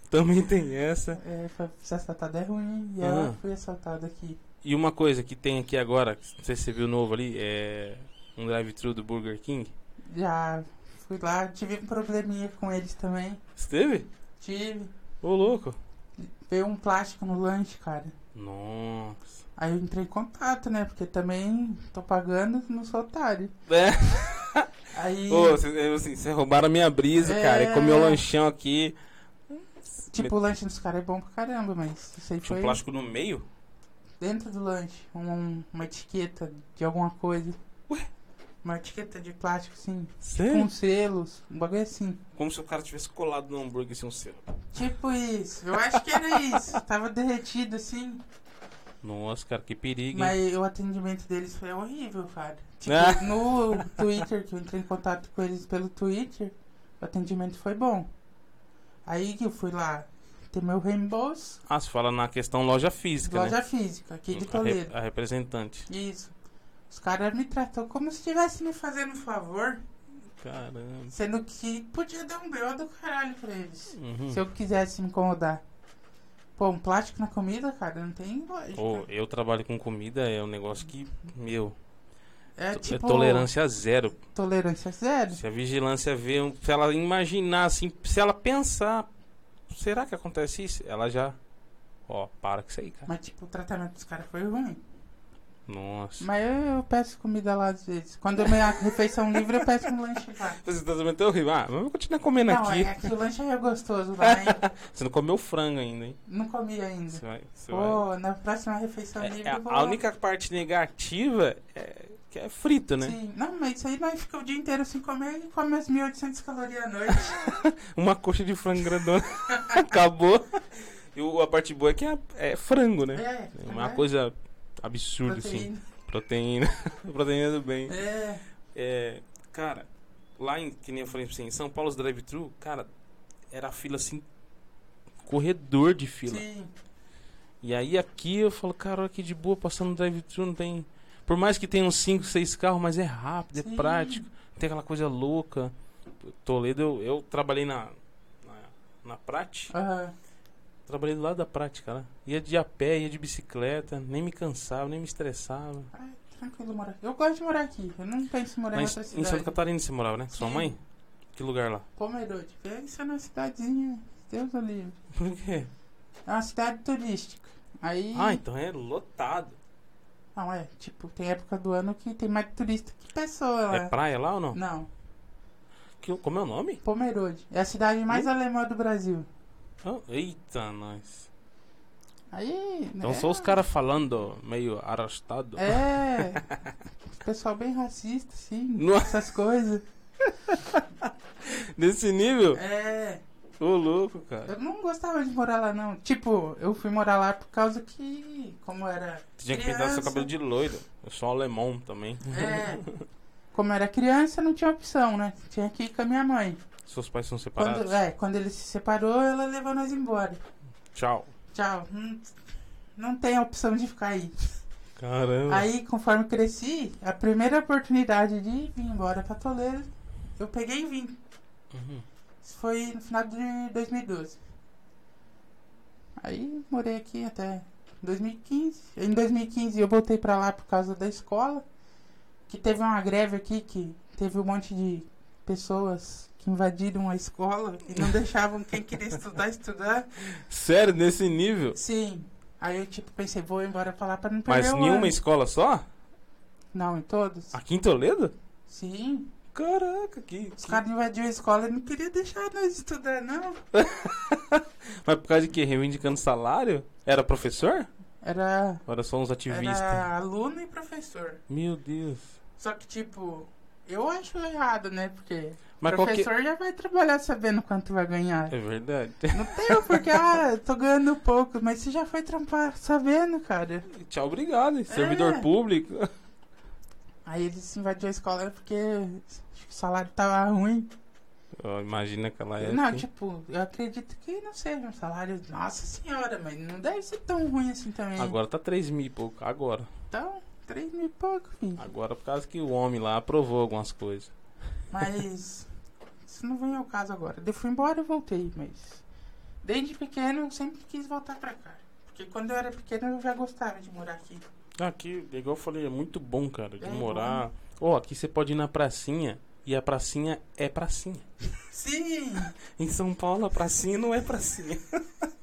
S1: Também tem essa.
S2: É, foi- ser assaltada é ruim. E
S1: Ah.
S2: ela foi assaltada aqui.
S1: E uma coisa que tem aqui agora, que não sei se você viu novo ali, é um drive-thru do Burger King.
S2: Já fui lá, tive um probleminha com eles também.
S1: Você teve?
S2: Tive.
S1: Ô, louco.
S2: Veio um plástico no lanche, cara.
S1: Nossa.
S2: Aí eu entrei em contato, né? Porque também tô pagando, não sou otário.
S1: É.
S2: Aí,
S1: Ô, cê- eu, assim, vocês roubaram a minha brisa,
S2: É.
S1: cara. E comeu o lanchão aqui.
S2: tipo, o lanche dos caras é bom pra caramba, mas isso aí
S1: Tinha um
S2: foi
S1: plástico no meio?
S2: dentro do lanche. um- uma etiqueta de alguma coisa.
S1: Ué?
S2: Uma etiqueta de plástico, assim.
S1: Sério?
S2: Com selos, um bagulho assim.
S1: Como se o cara tivesse colado no hambúrguer assim, um selo.
S2: Tipo isso. Eu acho que era isso. Tava derretido, assim.
S1: Nossa, cara, que perigo, hein?
S2: Mas o atendimento deles foi horrível, cara. Tipo,
S1: Ah.
S2: no Twitter, que eu entrei em contato com eles pelo Twitter, o atendimento foi bom. Aí que eu fui lá ter meu reembolso,
S1: Ah, se fala na questão loja física,
S2: loja
S1: né?
S2: física, aqui de
S1: a, re-
S2: Toledo.
S1: a representante.
S2: Isso. Os caras me tratou como se estivesse me fazendo um favor,
S1: Caramba.
S2: sendo que podia dar um B.O. do caralho pra eles.
S1: Uhum.
S2: Se eu quisesse me incomodar. Pô, um plástico na comida, cara, não tem lógica.
S1: Ô, eu trabalho com comida, é um negócio que, meu,
S2: é
S1: to-
S2: tipo
S1: é tolerância zero.
S2: tolerância zero.
S1: Se a vigilância vê, um- se ela imaginar, assim, se ela pensar, será que acontece isso? Ela já, ó, para com isso aí, cara.
S2: Mas tipo, o tratamento dos caras foi ruim.
S1: Nossa.
S2: Mas eu, eu peço comida lá às vezes. Quando eu minha refeição livre, eu peço um lanche lá.
S1: Esse tratamento é horrível. Ah, vamos continuar comendo
S2: Não,
S1: aqui.
S2: é que o lanche é gostoso lá, hein?
S1: Você não comeu frango ainda, hein?
S2: Não comi ainda.
S1: Você vai, você vai.
S2: Pô, tá na próxima refeição
S1: É-
S2: livre
S1: é
S2: eu vou
S1: a
S2: lá.
S1: única parte negativa é que é frito, né?
S2: Sim. Não, mas isso aí nós fica o dia inteiro sem comer e come as 1.800 calorias à noite.
S1: Uma coxa de frango grandona. Acabou. E o- a parte boa é que é, é frango, né?
S2: É,
S1: É uma
S2: né?
S1: coisa absurda, assim.
S2: Proteína.
S1: Proteína. Proteína do bem.
S2: É,
S1: É, cara, lá em, que nem eu falei pra você, em São Paulo, os drive-thru, cara, era fila assim, corredor de fila.
S2: sim.
S1: E aí aqui eu falo, cara, olha aqui de boa, passando no drive-thru, não tem... Por mais que tenha uns 5, 6 carros, mas é rápido, é
S2: Sim.
S1: prático, não tem aquela coisa louca. Toledo, eu, eu trabalhei na, na, na Prate,
S2: Aham.
S1: trabalhei do lado da Prate, cara. Ia de a pé, ia de bicicleta, nem me cansava, nem me estressava.
S2: Ai, tranquilo morar aqui. Eu gosto de morar aqui. Eu não penso em morar em
S1: Mas
S2: outra
S1: em Santa
S2: cidade. é
S1: Catarina você morava, né? Sua
S2: Sim.
S1: mãe? Que lugar lá?
S2: Pomerode. Pensa numa cidadezinha. Deus do livre.
S1: Por quê?
S2: É uma cidade turística. Aí...
S1: Ah, então é lotado.
S2: Não, é, tipo, tem época do ano que tem mais turista que pessoa lá.
S1: É praia lá ou não?
S2: Não,
S1: Que- como é o nome?
S2: Pomerode. É a cidade mais alemã do Brasil.
S1: Ah, eita, nós.
S2: Aí.
S1: Então
S2: é,
S1: só os caras falando meio arrastado.
S2: É. Pessoal bem racista, assim.
S1: Nossa.
S2: Essas coisas.
S1: Desse nível?
S2: É.
S1: Ô, louco, cara.
S2: Eu não gostava de morar lá, não. Tipo, eu fui morar lá por causa que. Como era.
S1: Você tinha que pintar seu
S2: criança-
S1: cabelo de loiro. Eu sou alemão também.
S2: É. Como era criança, não tinha opção, né? Tinha que ir com a minha mãe.
S1: Seus pais são separados?
S2: Quando, é, quando ele se separou, ela levou nós embora.
S1: Tchau.
S2: Tchau. Não, não tem opção de ficar aí.
S1: Caramba.
S2: Aí, conforme cresci, a primeira oportunidade de vir embora pra Toledo, eu peguei e vim.
S1: Uhum.
S2: Isso foi no final de 2012. Aí, morei aqui até 2015. Em 2015, eu voltei pra lá por causa da escola, que teve uma greve aqui, que teve um monte de pessoas que invadiram a escola e não deixavam quem queria estudar, estudar.
S1: Sério, nesse nível?
S2: Sim. Aí eu, tipo, pensei, vou embora pra lá pra não perder
S1: Mas
S2: o
S1: nenhuma Ah.
S2: ano.
S1: escola só?
S2: Não, em todos?
S1: Aqui em Toledo?
S2: Sim.
S1: Caraca, que.
S2: Os caras invadiam a escola e não queriam deixar nós estudar, não.
S1: Mas por causa de quê? Reivindicando salário? Era professor?
S2: Era,
S1: Ou era só uns ativistas?
S2: era aluno e professor.
S1: Meu Deus.
S2: Só que, tipo, eu acho errado, né? Porque
S1: Mas qual que...
S2: professor já vai trabalhar sabendo quanto vai ganhar.
S1: É verdade.
S2: Não tem porque, ah, eu tô ganhando pouco. Mas você já foi trampar sabendo, cara.
S1: Tchau, obrigado. hein? Servidor
S2: É.
S1: público.
S2: Aí eles invadiam a escola porque acho que o salário tava ruim.
S1: Ó, imagina é aquela época.
S2: Não,
S1: hein?
S2: tipo, eu acredito que não seja um salário. Nossa senhora, mas não deve ser tão ruim assim também.
S1: Agora tá 3 mil e pouco. Agora.
S2: Então, 3 mil e pouco, filho.
S1: Agora por causa que o homem lá aprovou algumas coisas.
S2: Mas. Isso não vem ao caso agora. Eu fui embora e voltei, mas. Desde pequeno eu sempre quis voltar pra cá. Porque quando eu era pequeno eu já gostava de morar aqui.
S1: Aqui, Ah, igual eu falei, é muito bom, cara, de
S2: É
S1: morar. Ó, aqui você pode ir na pracinha e a pracinha é pracinha.
S2: Sim!
S1: Em São Paulo, a pracinha não é pracinha.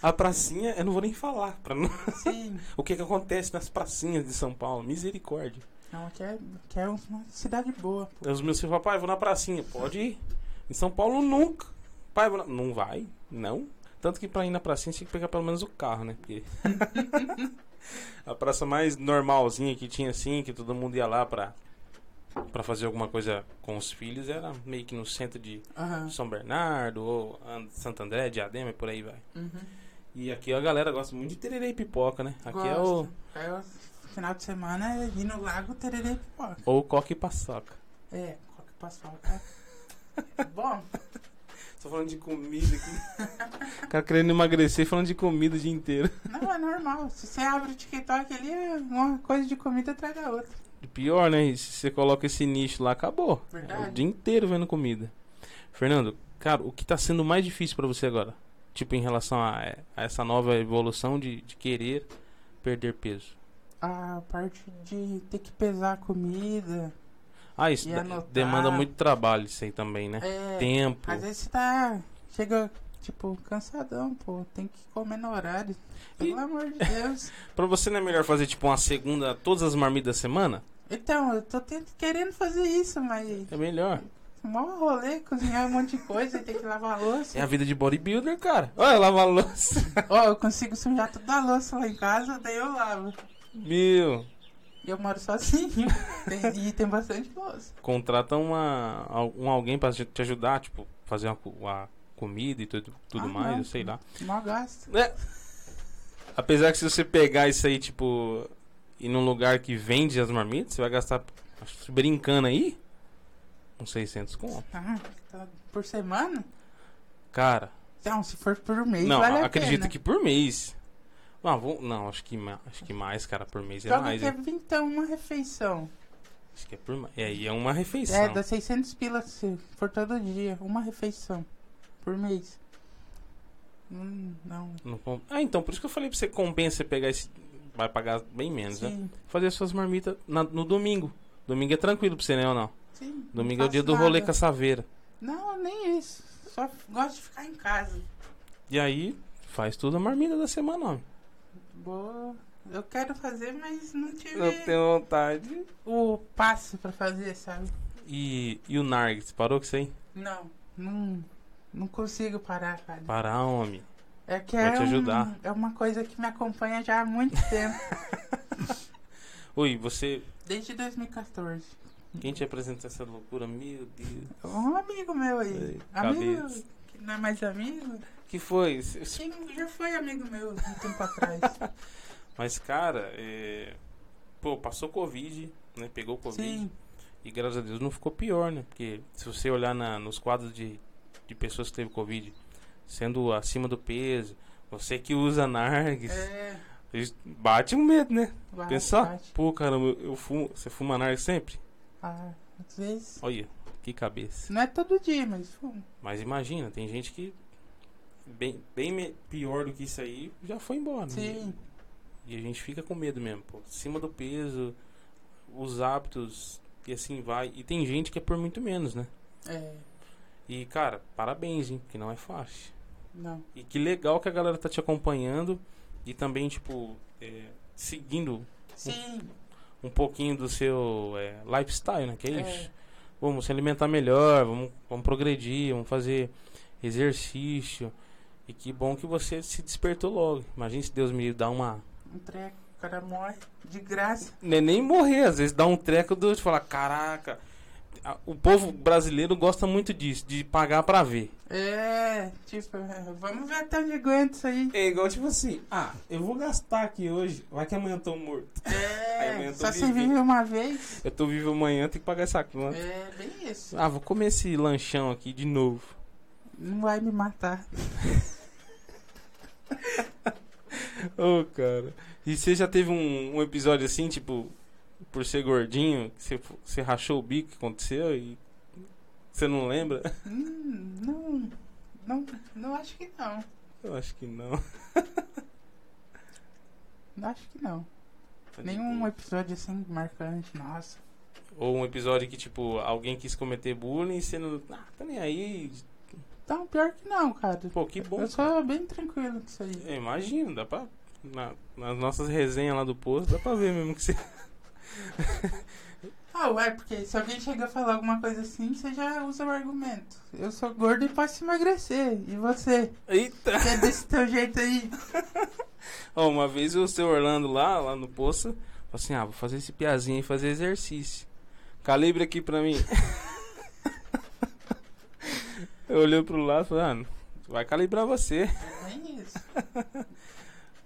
S1: A pracinha, eu não vou nem falar. Pra não...
S2: Sim!
S1: O que que acontece nas pracinhas de São Paulo? Misericórdia.
S2: Não, aqui é, aqui é uma cidade boa.
S1: Aí Os meus filhos falam, pai, vou na pracinha. Pode ir. Em São Paulo, nunca. Pai, vou na... não vai, não. Tanto que pra ir na pracinha tinha que pegar pelo menos o carro, né? Porque... a praça mais normalzinha que tinha assim, que todo mundo ia lá pra, pra fazer alguma coisa com os filhos, era meio que no centro de
S2: Aham.
S1: São Bernardo ou And- Santo André, Diadema e por aí vai.
S2: Uhum.
S1: E aqui a galera gosta muito de tererê e pipoca, né? Aqui é o,
S2: Gosto. Aí eu- final de semana é ir no lago tererê e pipoca.
S1: ou coque e paçoca.
S2: É, qual que eu posso falar? É Bom,
S1: Tô falando de comida aqui. o cara querendo emagrecer falando de comida o dia inteiro.
S2: não, é normal. Se você abre o TikTok ali, é uma coisa de comida atrás da outra.
S1: E Pior, né? E Se você coloca esse nicho lá, acabou.
S2: Verdade.
S1: É o dia inteiro vendo comida. Fernando, cara, o que tá sendo mais difícil pra você agora? Tipo, em relação a, a essa nova evolução de, de querer perder peso.
S2: A parte de ter que pesar a comida.
S1: Ah, isso
S2: E
S1: da-
S2: anotar.
S1: demanda muito trabalho, isso aí também, né?
S2: É,
S1: Tempo.
S2: Às vezes você tá. Chega, tipo, cansadão, pô. Tem que comer no horário. Pelo
S1: E-
S2: amor de Deus.
S1: Pra você não é melhor fazer, tipo, uma segunda, todas as marmitas da semana?
S2: Então, eu tô tent- querendo fazer isso, mas.
S1: É melhor.
S2: Mó rolê, cozinhar um monte de coisa e ter que lavar a louça.
S1: É a vida de bodybuilder, cara. Olha, lavar a louça.
S2: Ó, eu consigo sujar toda a louça lá em casa, daí eu lavo.
S1: Meu.
S2: E eu moro sozinho. Tem- e tem bastante louça.
S1: Contrata uma, al- um alguém pra te ajudar, tipo, fazer uma, co- a comida e tudo, tudo
S2: Ah,
S1: mais,
S2: não.
S1: eu sei lá.
S2: Mó gasto.
S1: É. Apesar que se você pegar isso aí, tipo, ir num lugar que vende as marmitas, você vai gastar, acho que brincando aí, uns 600 conto.
S2: Ah, tá- por semana?
S1: Cara,
S2: Então, se for por mês,
S1: não,
S2: vale a
S1: acredito
S2: pena.
S1: que por mês. Ah, vou, não, acho que, ma- acho que mais, cara, por mês é
S2: Joga
S1: mais,
S2: que é
S1: hein?
S2: vintão uma refeição.
S1: Acho que é por mais. É, e é uma refeição.
S2: É, dá 600 pilas se for todo dia. Uma refeição por mês. Hum, não.
S1: Não com- Ah, então, por isso que eu falei pra você compensa você pegar esse. Vai pagar bem menos, né?
S2: Sim,
S1: Fazer suas marmitas na- no domingo. Domingo é tranquilo pra você, né ou não?
S2: sim. não
S1: Domingo é o dia
S2: faço
S1: do rolê
S2: nada.
S1: com a saveira.
S2: Não, nem isso. Só gosto de ficar em casa.
S1: E aí, faz tudo a marmita da semana, homem.
S2: Boa. Eu quero fazer, mas não tive
S1: vontade.
S2: o passo pra fazer, sabe?
S1: E, e o Narg, você parou com isso aí?
S2: Não, não, não consigo parar, cara.
S1: Parar, homem.
S2: É que
S1: Vai
S2: é,
S1: te
S2: um-
S1: ajudar.
S2: é uma coisa que me acompanha já há muito tempo.
S1: Oi, você.
S2: desde 2014.
S1: Quem te apresentou essa loucura? Meu Deus.
S2: Um amigo meu aí.
S1: Ei,
S2: amigo
S1: cabeça.
S2: que não é mais amigo.
S1: Que foi? Você-
S2: Quem já foi amigo meu um tempo atrás.
S1: Mas, cara, é... pô, passou Covid, né? Pegou Covid.
S2: Sim.
S1: E graças a Deus não ficou pior, né? Porque se você olhar na- nos quadros de, de pessoas que teve Covid, sendo acima do peso, você que usa nargues,
S2: É.
S1: eles- bate um medo, né?
S2: vai,
S1: Pensar?
S2: bate.
S1: Pô, caramba, eu, eu fumo. Você fuma nargues sempre?
S2: Ah, às vezes.
S1: Olha, que cabeça.
S2: Não é todo dia, mas. hum,
S1: Mas imagina, tem gente que. Bem, bem me- pior do que isso aí, já foi embora. né?
S2: Sim.
S1: E a gente fica com medo mesmo, pô. Acima do peso, os hábitos, e assim vai. E tem gente que é por muito menos, né?
S2: É.
S1: E, cara, parabéns, hein? Porque não é fácil.
S2: Não.
S1: E que legal que a galera tá te acompanhando e também, tipo, é, seguindo
S2: Sim.
S1: um pouquinho do seu é, lifestyle, né? Que é isso.
S2: É.
S1: Vamos se alimentar melhor, vamos, vamos progredir, vamos fazer exercício. E que bom que você se despertou logo. Imagina se Deus me dá uma. né,
S2: Um treco, o cara morre de graça.
S1: Não é nem morrer, às vezes dá um treco do de falar, caraca, a- o povo brasileiro gosta muito disso, de pagar pra ver.
S2: É, tipo, é, vamos ver até onde aguenta isso aí.
S1: É igual tipo assim, ah, eu vou gastar aqui hoje, vai que amanhã eu tô morto. Aí
S2: É,
S1: aumenta
S2: só
S1: o
S2: se
S1: nível.
S2: vive uma vez.
S1: Eu tô vivo amanhã, tem que pagar essa conta.
S2: É, bem isso.
S1: Ah, vou comer esse lanchão aqui de novo.
S2: Não vai me matar.
S1: Ô, cara. E você já teve um, um episódio assim, tipo, por ser gordinho, que você, você rachou o bico que aconteceu e você não lembra?
S2: Hum, não, não, não acho que não.
S1: Eu acho que não.
S2: Não acho que não.
S1: Tá
S2: Nenhum episódio assim marcante, nossa.
S1: Ou um episódio que, tipo, alguém quis cometer bullying e você não. Ah, tá nem aí.
S2: Então, pior que não, cara.
S1: Pô, que bom.
S2: Eu
S1: cara. É.
S2: sou bem tranquilo com isso aí.
S1: Eu imagino, dá pra. na- nas nossas resenhas lá do posto, dá pra ver mesmo que você.
S2: Ah, ué, porque se alguém chega a falar alguma coisa assim, você já usa o argumento. Eu sou gordo e posso emagrecer. E você?
S1: Eita!
S2: Você é desse teu jeito aí?
S1: Ó, uma vez o seu Orlando lá, lá no poço, falou assim: ah, vou fazer esse piazinho e fazer exercício. Calibre aqui pra mim. Eu olhei pro lado e falei: ah, não, vai calibrar você.
S2: Nem é isso.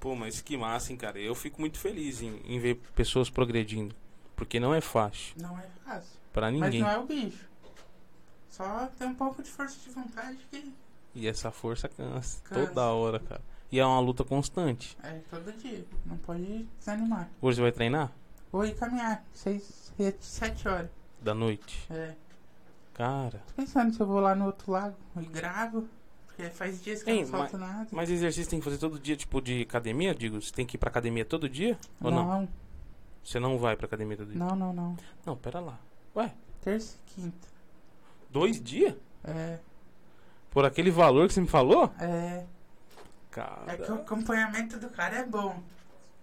S1: Pô, mas que massa, hein, cara. Eu fico muito feliz em, em ver pessoas progredindo. Porque não é fácil
S2: Não é fácil.
S1: pra
S2: Mas
S1: ninguém.
S2: não é o bicho. Só tem um pouco de força de vontade que
S1: E essa força cansa,
S2: Cansa.
S1: toda hora, cara. E é uma luta constante.
S2: é todo dia. Não pode desanimar.
S1: Hoje você vai treinar?
S2: Vou ir caminhar. Seis, sete, sete horas.
S1: Da noite.
S2: É.
S1: Cara.
S2: Tô pensando se eu vou lá no outro lago e gravo. Porque faz dias que eu
S1: Ei,
S2: não solto nada.
S1: Mas exercício tem que fazer todo dia, tipo, de academia? Digo, você tem que ir pra academia todo dia? Ou não?
S2: não,
S1: Você não vai pra academia todo dia?
S2: não, não, não.
S1: Não, pera lá.
S2: Terça e quinta.
S1: Dois dias?
S2: É,
S1: Por aquele valor que você me falou?
S2: é.
S1: Cara.
S2: É que o acompanhamento do cara é bom.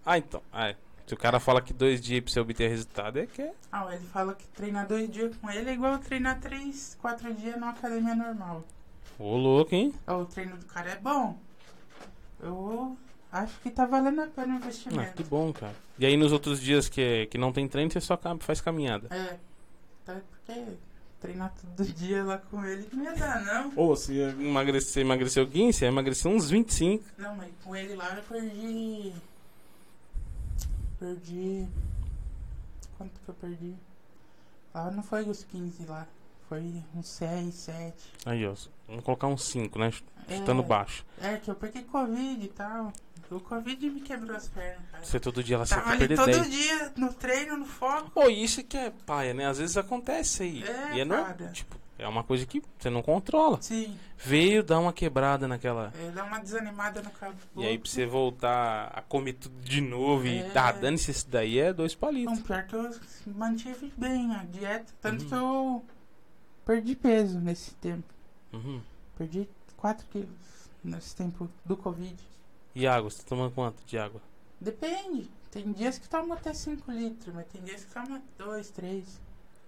S1: Ah, então. Ah, é. Se o cara fala que dois dias pra você obter resultado, é que é.
S2: Ah, ele fala que treinar dois dias com ele é igual treinar três, quatro dias numa academia normal.
S1: Ô, louco, hein?
S2: Ah, O treino do cara é bom. Eu acho que tá valendo a pena o
S1: Ah, que
S2: investimento.
S1: bom, cara. E aí nos outros dias que, que não tem treino, você só cam- faz caminhada.
S2: É. Até porque treinar todo dia lá com ele não ia dar, não.
S1: Ou se emagrecer, emagreceu 15, você emagreceu uns 25.
S2: Não, mas com ele lá eu perdi. Perdi. Quanto que eu perdi? Lá não foi os 15 lá. Foi uns 6, 7.
S1: Aí, ó. Vamos colocar uns 5, né? Chutando
S2: é,
S1: baixo.
S2: É, que eu peguei Covid e tal. O Covid me quebrou as pernas, cara.
S1: Você todo dia ela
S2: Tava
S1: vai
S2: ali
S1: perder
S2: todo
S1: 10.
S2: dia, no treino, no foco.
S1: Pô, isso que é paia, né? Às vezes acontece aí.
S2: É,
S1: e é normal.
S2: cara.
S1: Tipo, é uma coisa que você não controla.
S2: Sim,
S1: Veio dar uma quebrada naquela.
S2: é, dá uma desanimada no cabelo.
S1: E aí pra você voltar a comer tudo de novo e
S2: Uhum. É.
S1: tá dando isso daí é dois
S2: Não,
S1: palitos.
S2: pior que eu mantive bem a dieta. Tanto
S1: Uhum.
S2: que eu perdi peso nesse tempo.
S1: Uhum.
S2: Perdi 4 quilos nesse tempo do Covid.
S1: E água, você tá tomando quanto de água?
S2: Depende. Tem dias que toma até 5 litros, mas tem dias que toma 2, 3.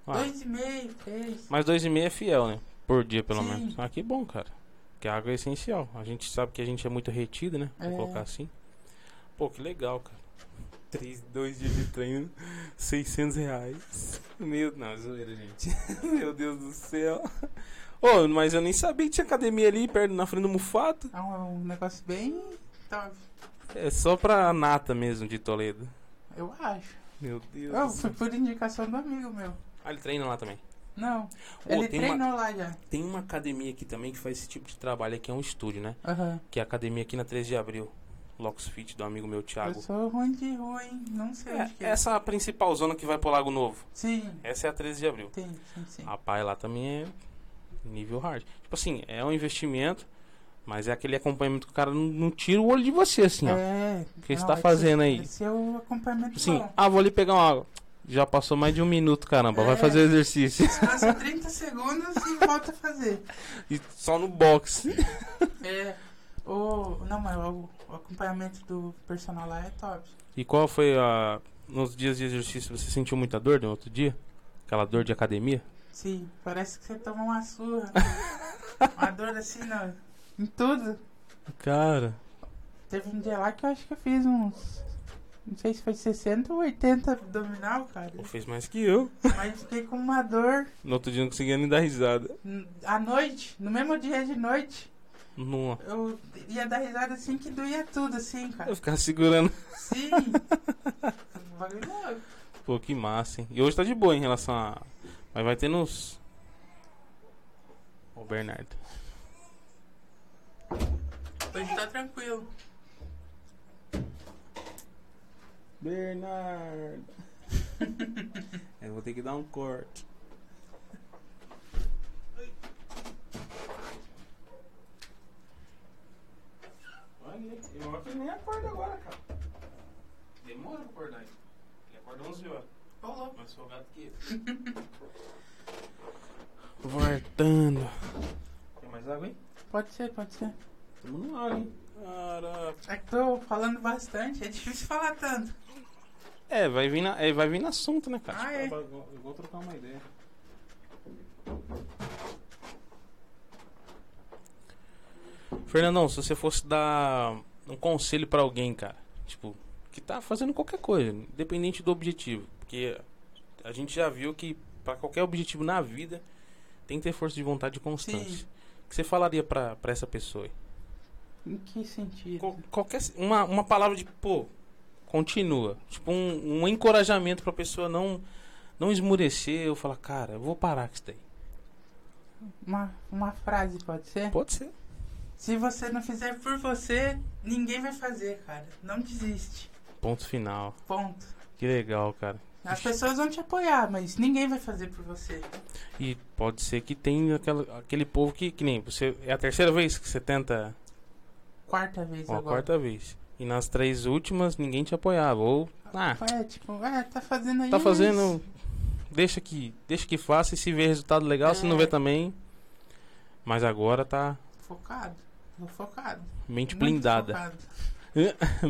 S1: Ah,
S2: 2,5, 3.
S1: Mas dois e meio é fiel, né? Por dia, pelo
S2: Sim.
S1: menos. Ah, que bom, cara. Porque a água é essencial. A gente sabe que a gente é muito retido, né? Vou
S2: É.
S1: colocar assim. Pô, que legal, cara. Três, dois dias de treino, 600 reais. Meu, não, é zoeira, gente. Meu Deus do céu. Ô, mas eu nem sabia que tinha academia ali perto, na frente do Mufato.
S2: É um, um negócio bem top,
S1: É só pra nata mesmo, de Toledo.
S2: eu acho.
S1: Meu Deus.
S2: Eu
S1: do céu.
S2: fui por indicação do amigo meu.
S1: Ah, ele treina lá também.
S2: Não,
S1: Ô,
S2: ele
S1: tem uma-
S2: treinou lá já.
S1: Tem uma academia aqui também que faz esse tipo de trabalho. Aqui é um estúdio, né?
S2: Aham.
S1: que é a academia aqui na 13 de abril. Locos Fit, do amigo meu Thiago.
S2: Eu sou ruim de rua, hein? Não sei onde que
S1: É,
S2: é.
S1: essa é a principal zona que vai pro Lago Novo.
S2: Sim,
S1: Essa é a 13 de abril.
S2: tem, sim, sim.
S1: A pai lá também é nível hard. Tipo assim, é um investimento, mas é aquele acompanhamento que o cara não, não tira o olho de você, assim, ó.
S2: É.
S1: O que você
S2: não,
S1: tá
S2: esse-
S1: fazendo aí?
S2: Esse é o acompanhamento
S1: Assim,
S2: bom.
S1: ah, vou ali pegar uma água. Já passou mais de um minuto, caramba. Vai
S2: É.
S1: fazer o exercício.
S2: Descansa 30 segundos e volta a fazer.
S1: E só no box.
S2: É. O, não, mas o, o acompanhamento do personal lá é top.
S1: E qual foi a. Nos dias de exercício, você sentiu muita dor no outro dia? Aquela dor de academia?
S2: Sim, parece que você tomou uma surra. uma dor assim, não. Em tudo.
S1: Cara.
S2: Teve um dia lá que eu acho que eu fiz uns, uns sei se foi 60 ou 80 abdominal, cara.
S1: Pô, fez mais que eu.
S2: Mas eu fiquei com uma dor
S1: No outro dia eu não conseguia nem dar risada.
S2: n- à noite, no mesmo dia de noite.
S1: Nossa.
S2: Eu ia dar risada assim que doía tudo, assim, cara.
S1: Eu ficava segurando.
S2: Sim. Bagulho é louco.
S1: Pô, que massa, hein? E hoje tá de boa em relação a. Mas vai ter nos. Ô, Bernardo.
S2: Hoje tá tranquilo.
S1: Bernardo. eu vou ter que dar um corte. Ele nem acorda agora, cara. Demora pra acordar. Ele acorda 11 horas.
S2: Rolou.
S1: Mais folgado que ele. Voltando. Tem mais água, hein?
S2: Pode ser, pode ser.
S1: Tamo no ar, hein? Caraca.
S2: É que tô falando bastante, é difícil falar tanto.
S1: É, vai vir, na, é, vai vir no assunto, né, cara?
S2: Ah, é.
S1: Eu vou- eu vou trocar uma ideia. Fernandão, se você fosse dar um conselho pra alguém, cara, tipo, que tá fazendo qualquer coisa, independente do objetivo, porque a gente já viu que pra qualquer objetivo na vida tem que ter força de vontade e constância.
S2: Sim.
S1: O que você falaria pra pra essa pessoa? aí?
S2: Em que sentido?
S1: Qual- qualquer uma, uma palavra de pô, continua, tipo um, um encorajamento pra pessoa não não esmurecer, eu falar, cara, eu vou parar com isso daí.
S2: Uma, uma frase, pode ser?
S1: Pode ser.
S2: Se você não fizer por você, ninguém vai fazer, cara. Não desiste.
S1: Ponto final.
S2: Ponto.
S1: Que legal, cara.
S2: As pessoas vão te apoiar, mas ninguém vai fazer por você.
S1: E pode ser que tenha aquela, aquele povo que, que nem você. É a terceira vez que você tenta,
S2: Quarta vez
S1: ou a
S2: agora.
S1: quarta vez. E nas três últimas ninguém te apoiava. Ou, ah,
S2: É, tipo, é, tá fazendo aí.
S1: tá
S2: mas-
S1: fazendo. Deixa que, deixa que faça e se vê resultado legal, se não vê
S2: É.
S1: também. Mas agora tá
S2: Focado. Tô focado.
S1: mente
S2: Muito
S1: blindada.
S2: focado.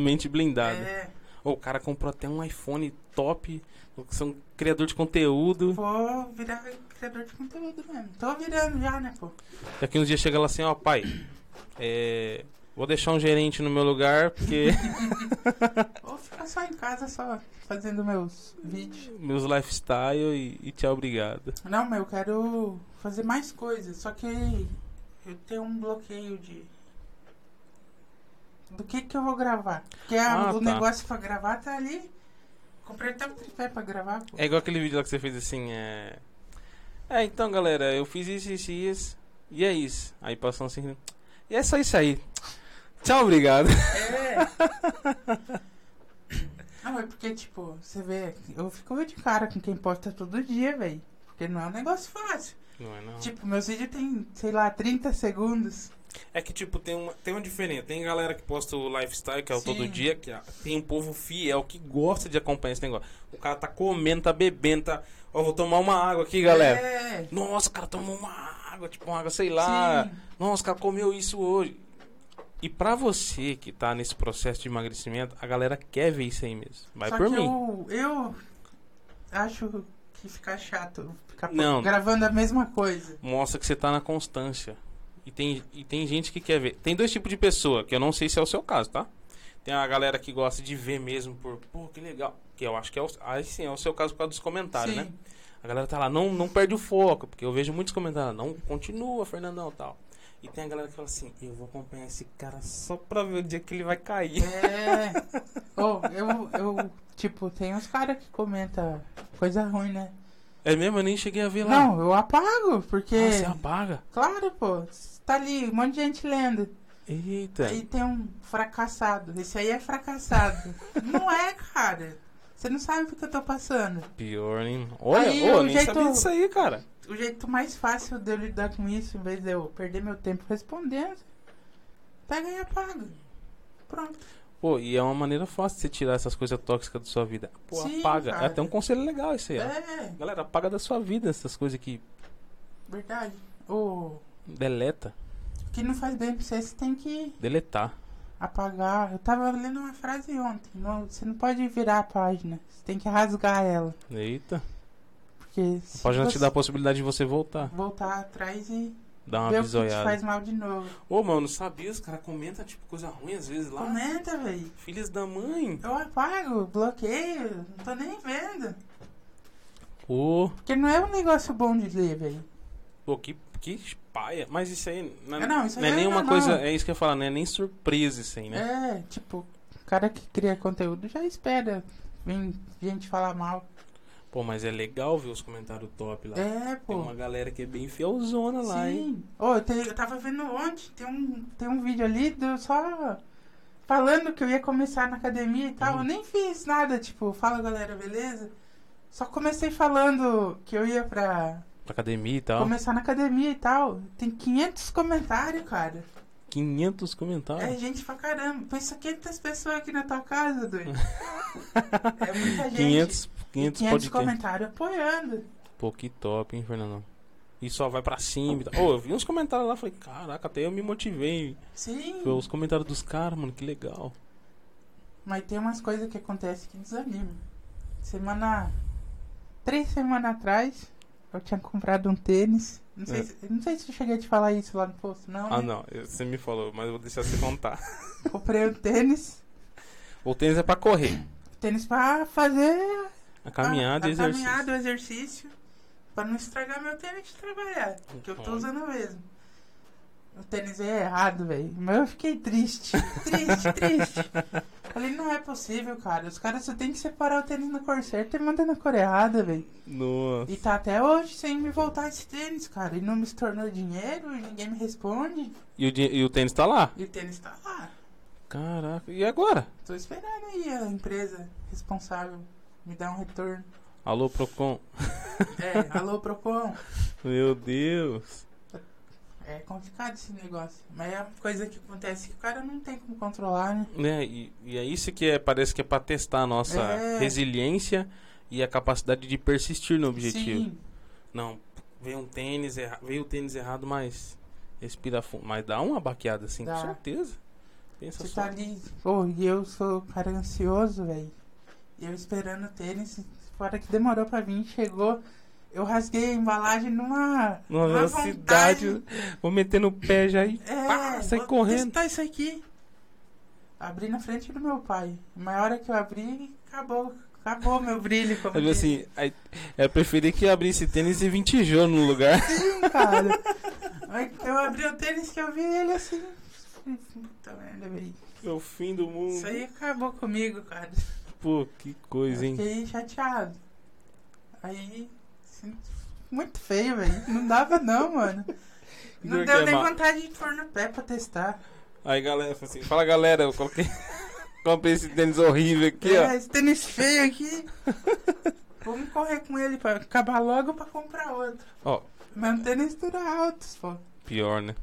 S1: Mente blindada.
S2: É,
S1: Ô, o cara comprou até um iPhone top. São criador de conteúdo.
S2: vou virar criador de conteúdo mesmo. Tô virando já, né, pô?
S1: Daqui uns dias chega lá assim, ó, pai. é, Vou deixar um gerente no meu lugar, porque
S2: Vou ficar só em casa, só fazendo meus vídeos.
S1: meus lifestyle e, e tchau, obrigado.
S2: Não, mas eu quero fazer mais coisas, só que eu tenho um bloqueio de. Do que que eu vou gravar? Porque
S1: Ah,
S2: a- o
S1: tá.
S2: negócio pra gravar tá ali. Comprei até um tripé pra gravar, pô.
S1: É igual aquele vídeo lá que você fez assim, é. É, então galera, eu fiz isso, isso e isso. E é isso. Aí passou assim. E é só isso aí. Tchau, obrigado.
S2: Não, é porque, tipo, você vê, eu fico meio de cara com quem posta todo dia, velho. Porque não é um negócio fácil.
S1: Não é não.
S2: Tipo, meus vídeos tem, sei lá, 30 segundos.
S1: É que, tipo, tem uma, tem uma diferença. Tem galera que posta o lifestyle, que é o
S2: Sim.
S1: todo dia, que ah, tem um povo fiel que gosta de acompanhar esse negócio. O cara tá comendo, tá bebendo, tá. Ó, vou tomar uma água aqui, galera.
S2: É.
S1: Nossa, o cara tomou uma água, tipo, uma água, sei lá.
S2: Sim.
S1: Nossa, o cara comeu isso hoje. E pra você que tá nesse processo de emagrecimento, a galera quer ver isso aí mesmo. Vai
S2: Só
S1: por
S2: que
S1: mim.
S2: Eu, eu acho que fica chato ficar
S1: Não.
S2: gravando a mesma coisa.
S1: mostra que você tá na constância. E tem, e tem gente que quer ver. Tem dois tipos de pessoa, que eu não sei se é o seu caso, tá? Tem a galera que gosta de ver mesmo por, pô, que legal. Que eu acho que é o, aí sim, é o seu caso por causa dos comentários,
S2: Sim.
S1: né? A galera tá lá, não, não perde o foco, porque eu vejo muitos comentários, não continua, Fernandão, tal. E tem a galera que fala assim, eu vou acompanhar esse cara só pra ver o dia que ele vai cair.
S2: É. Ô, eu, eu, tipo, tem uns caras que comentam coisa ruim, né?
S1: É mesmo? Eu nem cheguei a ver lá.
S2: Não, eu apago, porque.
S1: Ah, você apaga?
S2: Claro, pô. Tá ali, um monte de gente lendo.
S1: Eita.
S2: Aí tem um fracassado. Esse aí é fracassado. não é, cara. Você não sabe o que eu tô passando.
S1: Pior, hein? Olha,
S2: Aí,
S1: ô,
S2: o
S1: nem
S2: jeito-
S1: sabia disso aí, cara.
S2: O jeito mais fácil de eu lidar com isso, em vez de eu perder meu tempo respondendo, pega e apaga. Pronto.
S1: Pô, e é uma maneira fácil de você tirar essas coisas tóxicas da sua vida. Pô,
S2: Sim,
S1: apaga.
S2: cara.
S1: É até um conselho legal isso aí. ó.
S2: É,
S1: Galera, apaga da sua vida essas coisas que
S2: verdade. O
S1: deleta.
S2: que não faz bem pra você, você tem que
S1: Deletar.
S2: apagar. Eu tava lendo uma frase ontem. Não, você não pode virar a página. Você tem que rasgar ela.
S1: Eita.
S2: Porque se
S1: A página
S2: você
S1: te dá a possibilidade de você voltar.
S2: voltar atrás e
S1: Dá uma
S2: Vê o que te
S1: bisoiada.
S2: faz mal de novo.
S1: Ô, mano, sabia? Os caras comentam, tipo, coisa ruim às vezes lá.
S2: Comenta, velho.
S1: Filhas da mãe.
S2: Eu apago, bloqueio, não tô nem vendo.
S1: Ô,
S2: Porque não é um negócio bom de ler, velho.
S1: pô, que, que paia. Mas isso aí não, é-
S2: Não, isso aí
S1: não é
S2: é
S1: nenhuma
S2: normal.
S1: coisa. É isso que eu ia falar, não é nem surpresa isso aí, né?
S2: É, tipo, o cara que cria conteúdo já espera vir gente falar mal.
S1: Pô, mas é legal ver os comentários top lá.
S2: É,
S1: Tem
S2: pô.
S1: uma galera que é bem fielzona lá, hein?
S2: Sim. Ô, eu, te- eu tava vendo ontem, tem um, tem um vídeo ali do só falando que eu ia começar na academia e tal.
S1: Uhum.
S2: Eu nem fiz nada, tipo, fala galera, beleza? Só comecei falando que eu ia pra
S1: Pra academia e tal.
S2: começar na academia e tal. Tem 500 comentários, cara.
S1: 500
S2: É
S1: comentários.
S2: gente pra caramba. Pensa 500 pessoas aqui na tua casa, doido. é muita gente.
S1: 500, 500,
S2: E
S1: pode ter.
S2: comentários apoiando.
S1: Pô, que top, hein, Fernandão? E só vai pra cima e tal. Ô, eu vi uns comentários lá, falei, caraca, até eu me motivei.
S2: Sim.
S1: Foi os comentários dos caras, mano, que legal.
S2: Mas tem umas coisas que acontecem que desanimam. Semana. Três semanas atrás, eu tinha comprado um tênis. Não sei,
S1: É.
S2: se, não sei se eu cheguei a te falar isso lá no posto, não.
S1: Ah,
S2: né?
S1: não, eu- você me falou, mas eu vou deixar você contar.
S2: Comprei um tênis.
S1: O tênis é pra correr.
S2: Tênis pra fazer
S1: A caminhada
S2: Ah, a,
S1: e
S2: a
S1: exercício.
S2: caminhada, o Tá, exercício. Pra não estragar meu tênis de trabalhar. Que eu tô
S1: Olha.
S2: usando mesmo. O tênis veio errado, velho. Mas eu fiquei triste. Triste, triste. Falei, não é possível, cara. Os caras só tem que separar o tênis na cor certa e mandar na cor errada, velho.
S1: Nossa.
S2: E tá até hoje sem me voltar esse tênis, cara. E não me tornou dinheiro e ninguém me responde.
S1: E o, dinhe- e o tênis tá lá.
S2: E o tênis tá lá.
S1: Caraca, e agora?
S2: Tô esperando aí a empresa responsável me dar um retorno.
S1: Alô, Procon.
S2: É, alô, Procon.
S1: Meu Deus.
S2: É complicado esse negócio. Mas é uma coisa que acontece que o cara não tem como controlar, né?
S1: Né, e, e é isso que é, parece que é pra testar a nossa
S2: É.
S1: resiliência e a capacidade de persistir no objetivo.
S2: Sim.
S1: Não, veio um tênis errado, veio o tênis errado, mas respira fundo, mas dá uma baqueada assim,
S2: Dá.
S1: com certeza. Pensa
S2: Você
S1: só.
S2: tá ali. Pô, e eu sou um cara ansioso, velho. E eu esperando o tênis. Fora que demorou pra vir, chegou. Eu rasguei a embalagem numa.
S1: Numa
S2: numa
S1: velocidade,
S2: vontade.
S1: vou meter no pé já e
S2: É,
S1: pá, sai
S2: vou
S1: correndo.
S2: testar isso aqui. Abri na frente do meu pai. Na hora que eu abri, acabou. Acabou meu brilho. Como
S1: Sabe
S2: diz.
S1: assim, aí, eu preferi que abrisse tênis e vim tijolo no lugar.
S2: Sim, cara. Aí que eu abri o tênis que eu vi ele assim. Puta merda, velho.
S1: É o fim do mundo.
S2: Isso aí acabou comigo, cara.
S1: Pô, que coisa,
S2: Eu
S1: hein?
S2: Fiquei chateado. Aí. assim, Muito feio, velho. Não dava não, mano.
S1: Pior
S2: Não deu
S1: que é
S2: nem
S1: ma-
S2: vontade de pôr no pé pra testar.
S1: Aí galera, fala assim, fala galera, eu coloquei. Comprei esse tênis horrível aqui,
S2: é,
S1: ó.
S2: esse tênis feio aqui. Vamos correr com ele pra acabar logo pra comprar outro.
S1: Ó,
S2: Mas o tênis dura altos, pô.
S1: pior, né?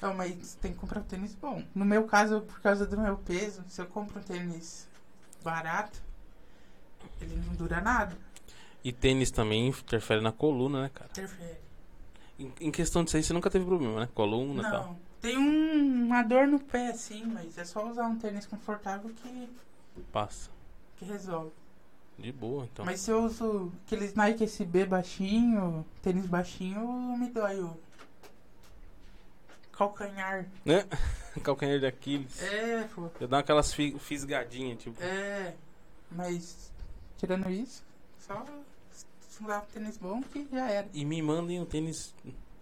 S2: Não, mas tem que comprar um tênis bom. No meu caso, por causa do meu peso, se eu compro um tênis barato, ele não dura nada.
S1: E tênis também interfere na coluna, né, cara?
S2: Interfere.
S1: Em, em questão disso aí, você nunca teve problema, né? Coluna e tal.
S2: Não. Tem um- uma dor no pé, assim, mas é só usar um tênis confortável que,
S1: Passa.
S2: que resolve.
S1: De boa, então.
S2: Mas se eu uso aqueles Nike SB baixinho, tênis baixinho, me dói o calcanhar.
S1: Né? Calcanhar de Aquiles.
S2: É, pô.
S1: Eu dou aquelas fi- fisgadinhas, tipo.
S2: É. Mas, tirando isso, só usar um tênis bom que já era.
S1: E me mandem o tênis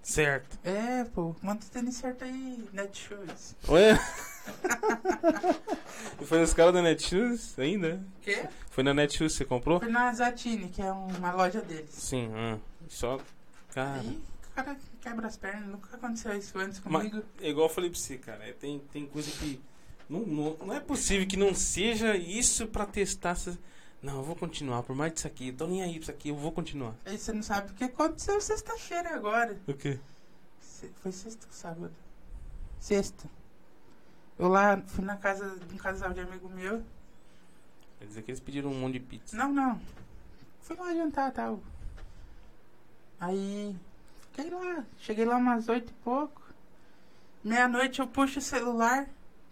S1: certo.
S2: É, pô. Manda o tênis certo aí, Netshoes.
S1: Olha! e foi os caras da Netshoes ainda?
S2: Quê?
S1: Foi na Netshoes que você comprou?
S2: Foi na Zatini, que é uma loja deles.
S1: Sim, ah, só. Cara.
S2: Aí, o cara quebra as pernas. Nunca aconteceu isso antes
S1: Mas-
S2: comigo.
S1: É igual eu falei pra você, cara. é, Tem, tem coisa que. Não, não, não é possível que não seja isso pra testar. essas- Não, eu vou continuar. Por mais disso aqui, eu tô nem aí pra isso aqui, eu vou continuar.
S2: Aí você não sabe o que aconteceu sexta-feira agora.
S1: O quê?
S2: Se- Foi sexta ou sábado? Sexta. Eu lá fui na casa de um casal de amigo meu.
S1: Quer dizer que eles pediram um monte de pizza.
S2: Não, não. Fui lá jantar e tal. Aí. Fiquei lá. Cheguei lá umas oito e pouco. Meia-noite eu puxo o celular.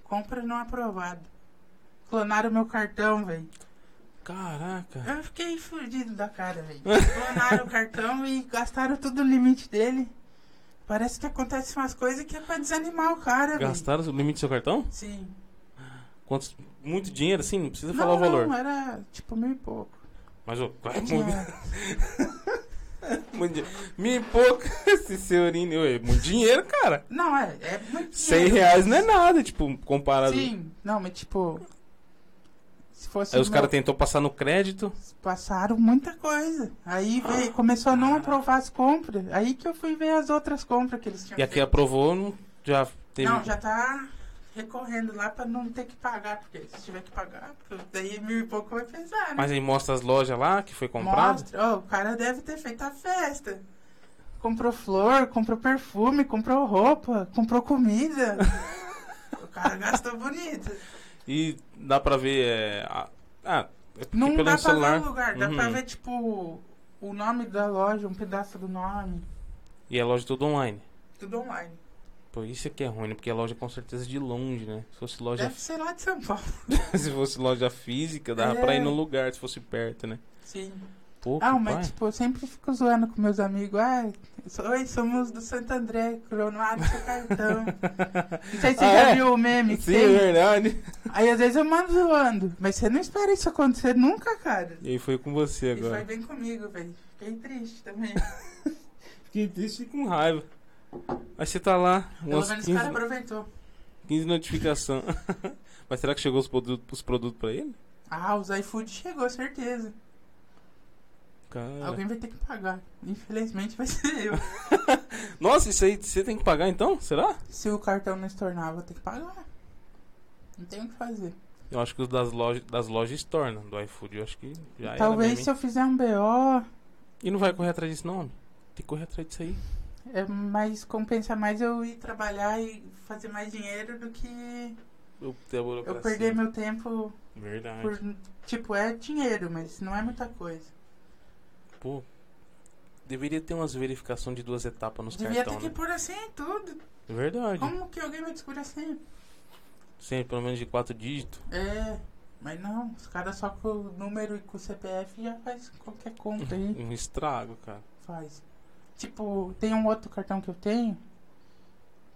S2: Compra não aprovado. Clonaram meu cartão, velho.
S1: Caraca.
S2: Eu fiquei fudido da cara, velho. Clonaram o cartão e gastaram todo o limite dele. Parece que acontecem umas coisas que é pra desanimar o cara, velho.
S1: Gastaram o limite do seu cartão?
S2: Sim.
S1: Quantos, muito dinheiro, assim? Não precisa
S2: Não,
S1: falar o valor.
S2: Não, era tipo mil e pouco.
S1: Mas, ô, é muito,
S2: Tinha-
S1: muito dinheiro. Me pouca esse senhorinho. Ué, muito dinheiro, cara.
S2: Não, é, é muito
S1: 100
S2: dinheiro.
S1: reais não é nada, tipo, comparado.
S2: Sim, não, mas tipo. Se fosse.
S1: Aí os
S2: o
S1: caras
S2: meu-
S1: tentou passar no crédito.
S2: Passaram muita coisa. Aí veio, começou a não aprovar as compras. Aí que eu fui ver as outras compras que eles tinham
S1: E aqui
S2: feito.
S1: aprovou, não- já teve.
S2: Não, já tá recorrendo lá pra não ter que pagar. Porque se tiver que pagar, porque daí mil e pouco vai pesar, né?
S1: Mas aí mostra as lojas lá que foi comprado.
S2: Mostra. Ó, o cara deve ter feito a festa. Comprou flor, comprou perfume, comprou roupa, comprou comida. o cara gastou bonito.
S1: E dá pra ver. É, a- ah, é porque
S2: Não
S1: pelo
S2: dá pra
S1: celular.
S2: ver o lugar, dá pra
S1: Uhum.
S2: ver, tipo, o nome da loja, um pedaço do nome.
S1: E a loja tudo online.
S2: Tudo online.
S1: Por isso é que é ruim, né? porque a loja com certeza é de longe, né? Se fosse loja,
S2: Deve ser lá de São Paulo.
S1: se fosse loja física, dava
S2: É.
S1: pra ir no lugar se fosse perto, né?
S2: Sim.
S1: Pô, que
S2: Ah, mas,
S1: pai.
S2: tipo, eu sempre fico zoando com meus amigos. Ah, so- oi, somos do Santo André, coroado seu cartão. Não sei se você
S1: Ah,
S2: já
S1: é?
S2: viu o meme que
S1: Sim, é
S2: tem.
S1: verdade.
S2: Aí às vezes eu mando zoando, mas você não espera isso acontecer nunca, cara.
S1: E aí foi com você
S2: E foi
S1: agora.
S2: bem comigo, velho. Fiquei triste também.
S1: Fiquei triste e com raiva. Aí você tá lá,
S2: Pelo
S1: umas
S2: menos
S1: 15,
S2: o cara aproveitou.
S1: 15 notificações. mas será que chegou os produtos, os produtos pra ele?
S2: Ah, os iFood chegou, certeza.
S1: Cara.
S2: Alguém vai ter que pagar. Infelizmente vai ser eu.
S1: Nossa, isso aí você tem que pagar então? Será?
S2: Se o cartão não estornar, vou ter que pagar. Não tem o que fazer.
S1: Eu acho que os das lojas, das lojas tornam, do iFood. Eu acho que já era
S2: Talvez
S1: mesmo,
S2: se
S1: hein?
S2: eu fizer um BO,
S1: E não vai correr atrás disso, não, homem. Tem que correr atrás disso aí.
S2: é mais compensa mais eu ir trabalhar e fazer mais dinheiro do que
S1: Eu, tenho a
S2: eu
S1: burocracia.
S2: perder meu tempo
S1: Verdade.
S2: por. Tipo, é dinheiro, mas não é muita coisa.
S1: Pô. Deveria ter umas verificações de duas etapas nos né?
S2: Devia
S1: cartões.
S2: ter que pôr assim em tudo.
S1: né? Verdade.
S2: Como que alguém vai descobrir assim?
S1: Sempre pelo menos de quatro dígitos.
S2: É, mas não, os caras só com o número e com o CPF já faz qualquer conta aí.
S1: Um estrago, cara.
S2: Faz. Tipo, tem um outro cartão que eu tenho.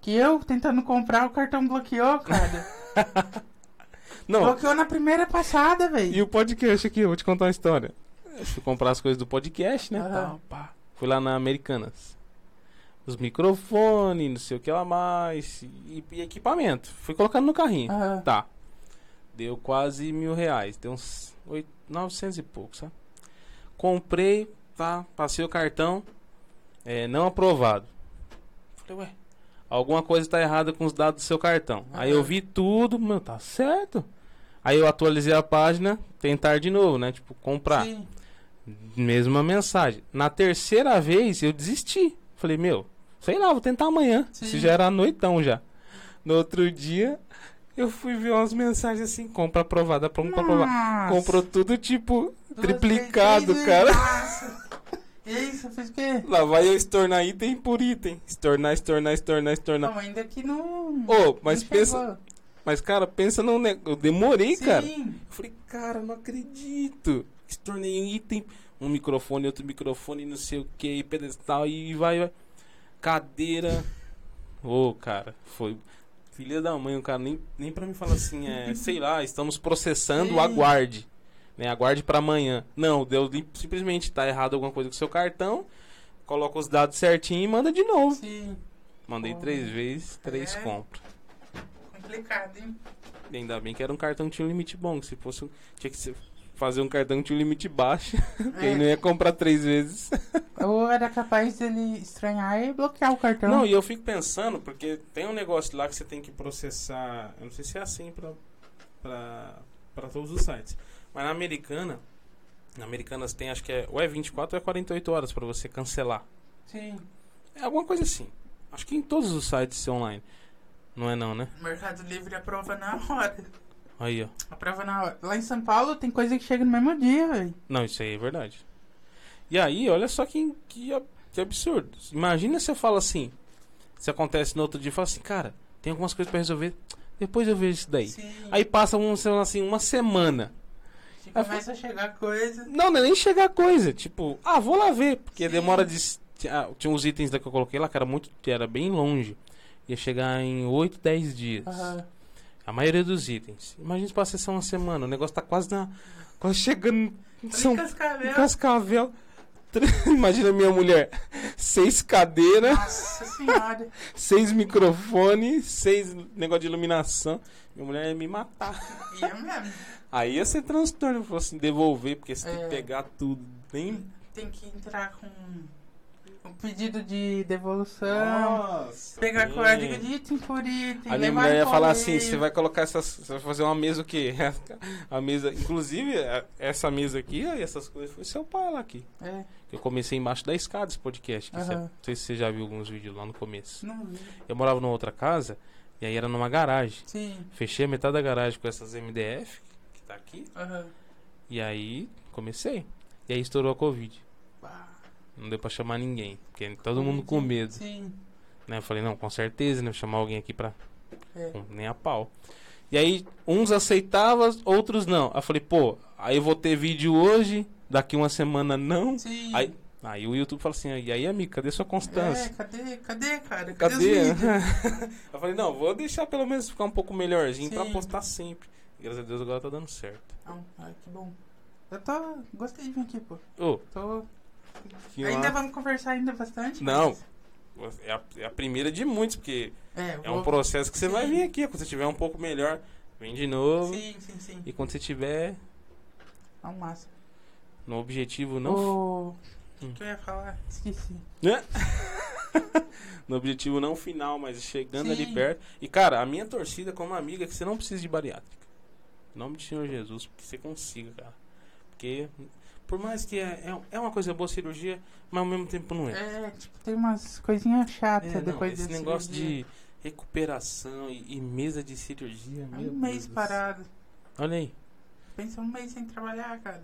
S2: Que eu tentando comprar, o cartão bloqueou, cara.
S1: Não,
S2: bloqueou na primeira passada,
S1: e
S2: velho.
S1: o podcast aqui, eu vou te contar uma história. Eu fui comprar as coisas do podcast, né?
S2: Aham.
S1: tal, pá. Fui lá na Americanas. Os microfones, não sei o que lá mais. E, e equipamento. Fui colocando no carrinho.
S2: Aham.
S1: Tá. Deu quase mil reais. Deu uns oito, 900 e pouco, sabe? Comprei, tá? Passei o cartão. É, não aprovado. Falei, ué, alguma coisa tá errada com os dados do seu cartão. Aí eu
S2: Aham.
S1: vi tudo, meu, tá certo. Aí eu atualizei a página, tentar de novo, né? Tipo, comprar.
S2: Sim.
S1: Mesma mensagem. Na terceira vez eu desisti. Falei, meu, sei lá, vou tentar amanhã.
S2: Sim.
S1: Se já era noitão já. No outro dia, eu fui ver umas mensagens assim, compra aprovada, compra aprovada.
S2: Nossa,
S1: Comprou tudo tipo
S2: duas,
S1: triplicado,
S2: três,
S1: cara.
S2: Nossa. E aí, você fez o quê?
S1: Lá vai eu estornar item por item. Estornar, estornar, estornar, estornar.
S2: Não, ainda que não.
S1: Ô,
S2: não
S1: mas
S2: chegou.
S1: pensa. Mas, cara, pensa num negócio. Eu demorei, cara.
S2: Sim.
S1: Eu falei, cara, não acredito. Se tornei um item, um microfone, outro microfone, não sei o que, pedestal, e vai, vai. Cadeira. Ô, cara, foi. Filha da mãe, o cara nem, nem pra me falar assim, é, sei lá, estamos processando,
S2: Sim.
S1: aguarde. Né, aguarde pra amanhã. Não, deu lim- simplesmente tá errado alguma coisa com o seu cartão, coloca os dados certinho e manda de novo.
S2: Sim.
S1: Mandei
S2: Porra.
S1: três vezes, três
S2: É.
S1: compras.
S2: Complicado, hein?
S1: E Ainda bem que era um cartão que tinha um limite bom, que se fosse um, tinha que ser- fazer um cartão que tinha um limite baixo. Quem não
S2: É.
S1: ia comprar três vezes.
S2: Ou É. era capaz dele estranhar e bloquear o cartão.
S1: Não, e eu fico pensando, porque tem um negócio lá que você tem que processar. Eu não sei se é assim pra, pra, pra todos os sites. Mas na americana, na Americanas tem acho que é ou é 24 ou é 48 horas pra você cancelar.
S2: Sim.
S1: É alguma coisa assim. Acho que em todos os sites online. Não é não, né?
S2: Mercado Livre aprova na hora.
S1: Aí, ó.
S2: Aprova na hora. Lá em São Paulo tem coisa que chega no mesmo dia, velho.
S1: Não, isso aí é verdade. E aí, olha só que, que, ab- que absurdo. Imagina você fala assim. Se acontece no outro dia, fala assim, cara, tem algumas coisas pra resolver. Depois eu vejo isso daí.
S2: Sim.
S1: Aí passa um, sei lá, assim, uma semana.
S2: Aí começa a chegar coisa.
S1: Não, não é nem chegar a coisa. Tipo, ah, vou lá ver. Porque
S2: Sim.
S1: demora de s- Tinha, ah, tinha uns itens lá que eu coloquei lá que era muito. Era bem longe. Ia chegar em 8, 10 dias.
S2: Aham.
S1: A maioria dos itens. Imagina se passa essa uma semana. O negócio tá quase na. Quase chegando. em São
S2: Cascavel.
S1: em Cascavel. Imagina a minha mulher. Seis cadeiras,
S2: Nossa senhora.
S1: seis microfones, seis negócio de iluminação. Minha mulher ia me matar.
S2: Ia mesmo.
S1: Aí ia ser transtorno. Falou assim, devolver, porque você tem
S2: É.
S1: que pegar tudo. Nem.
S2: Tem que entrar com um pedido de devolução.
S3: Nossa.
S2: Pegar
S1: sim.
S2: código de item por item.
S1: A minha
S2: levar
S1: mulher
S2: em
S1: ia falar
S2: correio.
S1: assim, você vai colocar essas. Você vai fazer uma mesa o quê? A mesa. Inclusive, a- essa mesa aqui e essas coisas foi seu pai lá aqui.
S2: É,
S1: Eu comecei embaixo da escada esse podcast. que você-
S2: Aham.
S1: não sei se você já viu alguns vídeos lá no começo.
S2: não vi.
S1: Eu morava numa outra casa e aí era numa garagem.
S2: Sim.
S1: Fechei a metade da garagem com essas MDF que tá aqui.
S2: Aham.
S1: E aí comecei. E aí estourou a Covid.
S2: Bah.
S1: Não deu pra chamar ninguém. Porque todo mundo com medo.
S2: Sim.
S1: Né? Eu falei, não, com certeza, né? Vou chamar alguém aqui pra.
S2: É.
S1: Pô, Nem a pau. E aí, uns aceitavam, outros não. Aí eu falei, pô, aí eu vou ter vídeo hoje, daqui uma semana não.
S2: Sim.
S1: Aí, aí o YouTube fala assim, e aí, amigo, cadê sua constância?
S2: É, cadê, cadê, cara? Cadê, os
S1: Cadê?
S2: vídeos?
S1: eu falei, não, vou deixar pelo menos ficar um pouco melhorzinho pra
S2: Sim.
S1: postar sempre. Graças a Deus agora tá dando certo.
S2: Não, ai, que bom. Eu tô. Gostei de vir aqui, pô.
S1: Ô,
S2: Tô.
S1: que
S2: ainda
S1: lá-
S2: vamos conversar ainda bastante?
S1: Não.
S2: mas-
S1: É a, é a primeira de muitos, porque
S2: É,
S1: é
S2: vou-
S1: um processo que você vai
S2: Sim.
S1: vir aqui. Quando você tiver um pouco melhor, vem de novo.
S2: Sim, sim, sim.
S1: E quando você tiver
S2: É um massa.
S1: no objetivo não
S2: O
S1: Hum.
S2: que eu ia falar? Esqueci.
S1: Né? no objetivo não final, mas chegando ali
S2: Sim.
S1: perto. E, cara, a minha torcida como amiga é que você não precisa de bariátrica. Em nome do Senhor Jesus, que você consiga, cara. Porque, por mais que é, é, é uma coisa boa a cirurgia, mas ao mesmo tempo não é.
S2: É, tipo, tem umas coisinhas chatas
S1: É, não,
S2: depois
S1: esse
S2: desse
S1: negócio
S2: dia.
S1: de recuperação e, e mesa de cirurgia.
S2: É
S1: meu
S2: Um mês
S1: Deus do
S2: parado.
S1: céu. Olha aí.
S2: Pensa um mês sem trabalhar, cara.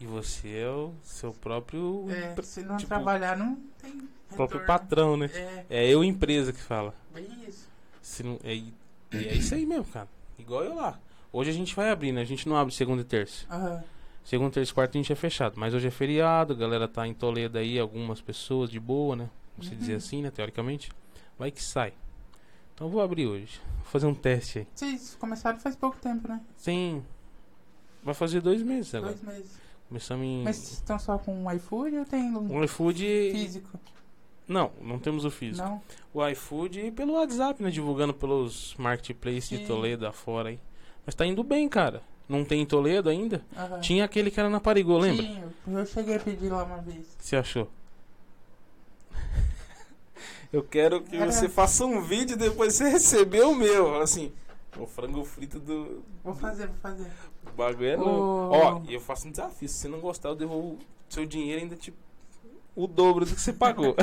S1: E você é o seu próprio,
S2: É,
S1: pr-
S2: se não
S1: tipo,
S2: trabalhar, não tem.
S1: próprio
S2: retorno.
S1: patrão, né?
S2: É,
S1: É eu, empresa, que fala.
S2: bem isso.
S1: Se não, é, e é isso aí mesmo, cara. Igual eu lá. Hoje a gente vai abrir, né? A gente não abre segunda e terça.
S2: Aham.
S1: Segunda, terça e quarta a gente é fechado. Mas hoje é feriado, a galera tá em Toledo aí, algumas pessoas de boa, né? Vamos se dizer
S2: Uhum.
S1: assim, né? Teoricamente. Vai que sai. Então eu vou abrir hoje. Vou fazer um teste aí.
S2: Vocês começaram faz pouco tempo, né?
S1: Tem. Vai fazer dois meses agora.
S2: Dois meses.
S1: Começamos em.
S2: Mas vocês estão só com um iFood ou tem um
S1: O iFood.
S2: físico?
S1: Não, não temos o físico.
S2: Não?
S1: O iFood e pelo WhatsApp, né? Divulgando pelos marketplaces de
S2: Sim.
S1: Toledo afora aí. Mas tá indo bem, cara. Não tem em Toledo ainda?
S2: Aham.
S1: Tinha aquele que era na Parigô, lembra? O
S2: É. Tinha, eu cheguei a pedir lá uma vez.
S1: que Você achou? Eu quero que
S2: Era-
S1: você faça um vídeo e depois você receber o meu. Fala Assim, o frango frito do.
S2: Vou fazer, vou fazer.
S1: O bagulho é louco.
S2: Ô.
S1: Ó, e eu faço um desafio. Se você não gostar, eu devolvo seu dinheiro ainda tipo o dobro do que você pagou.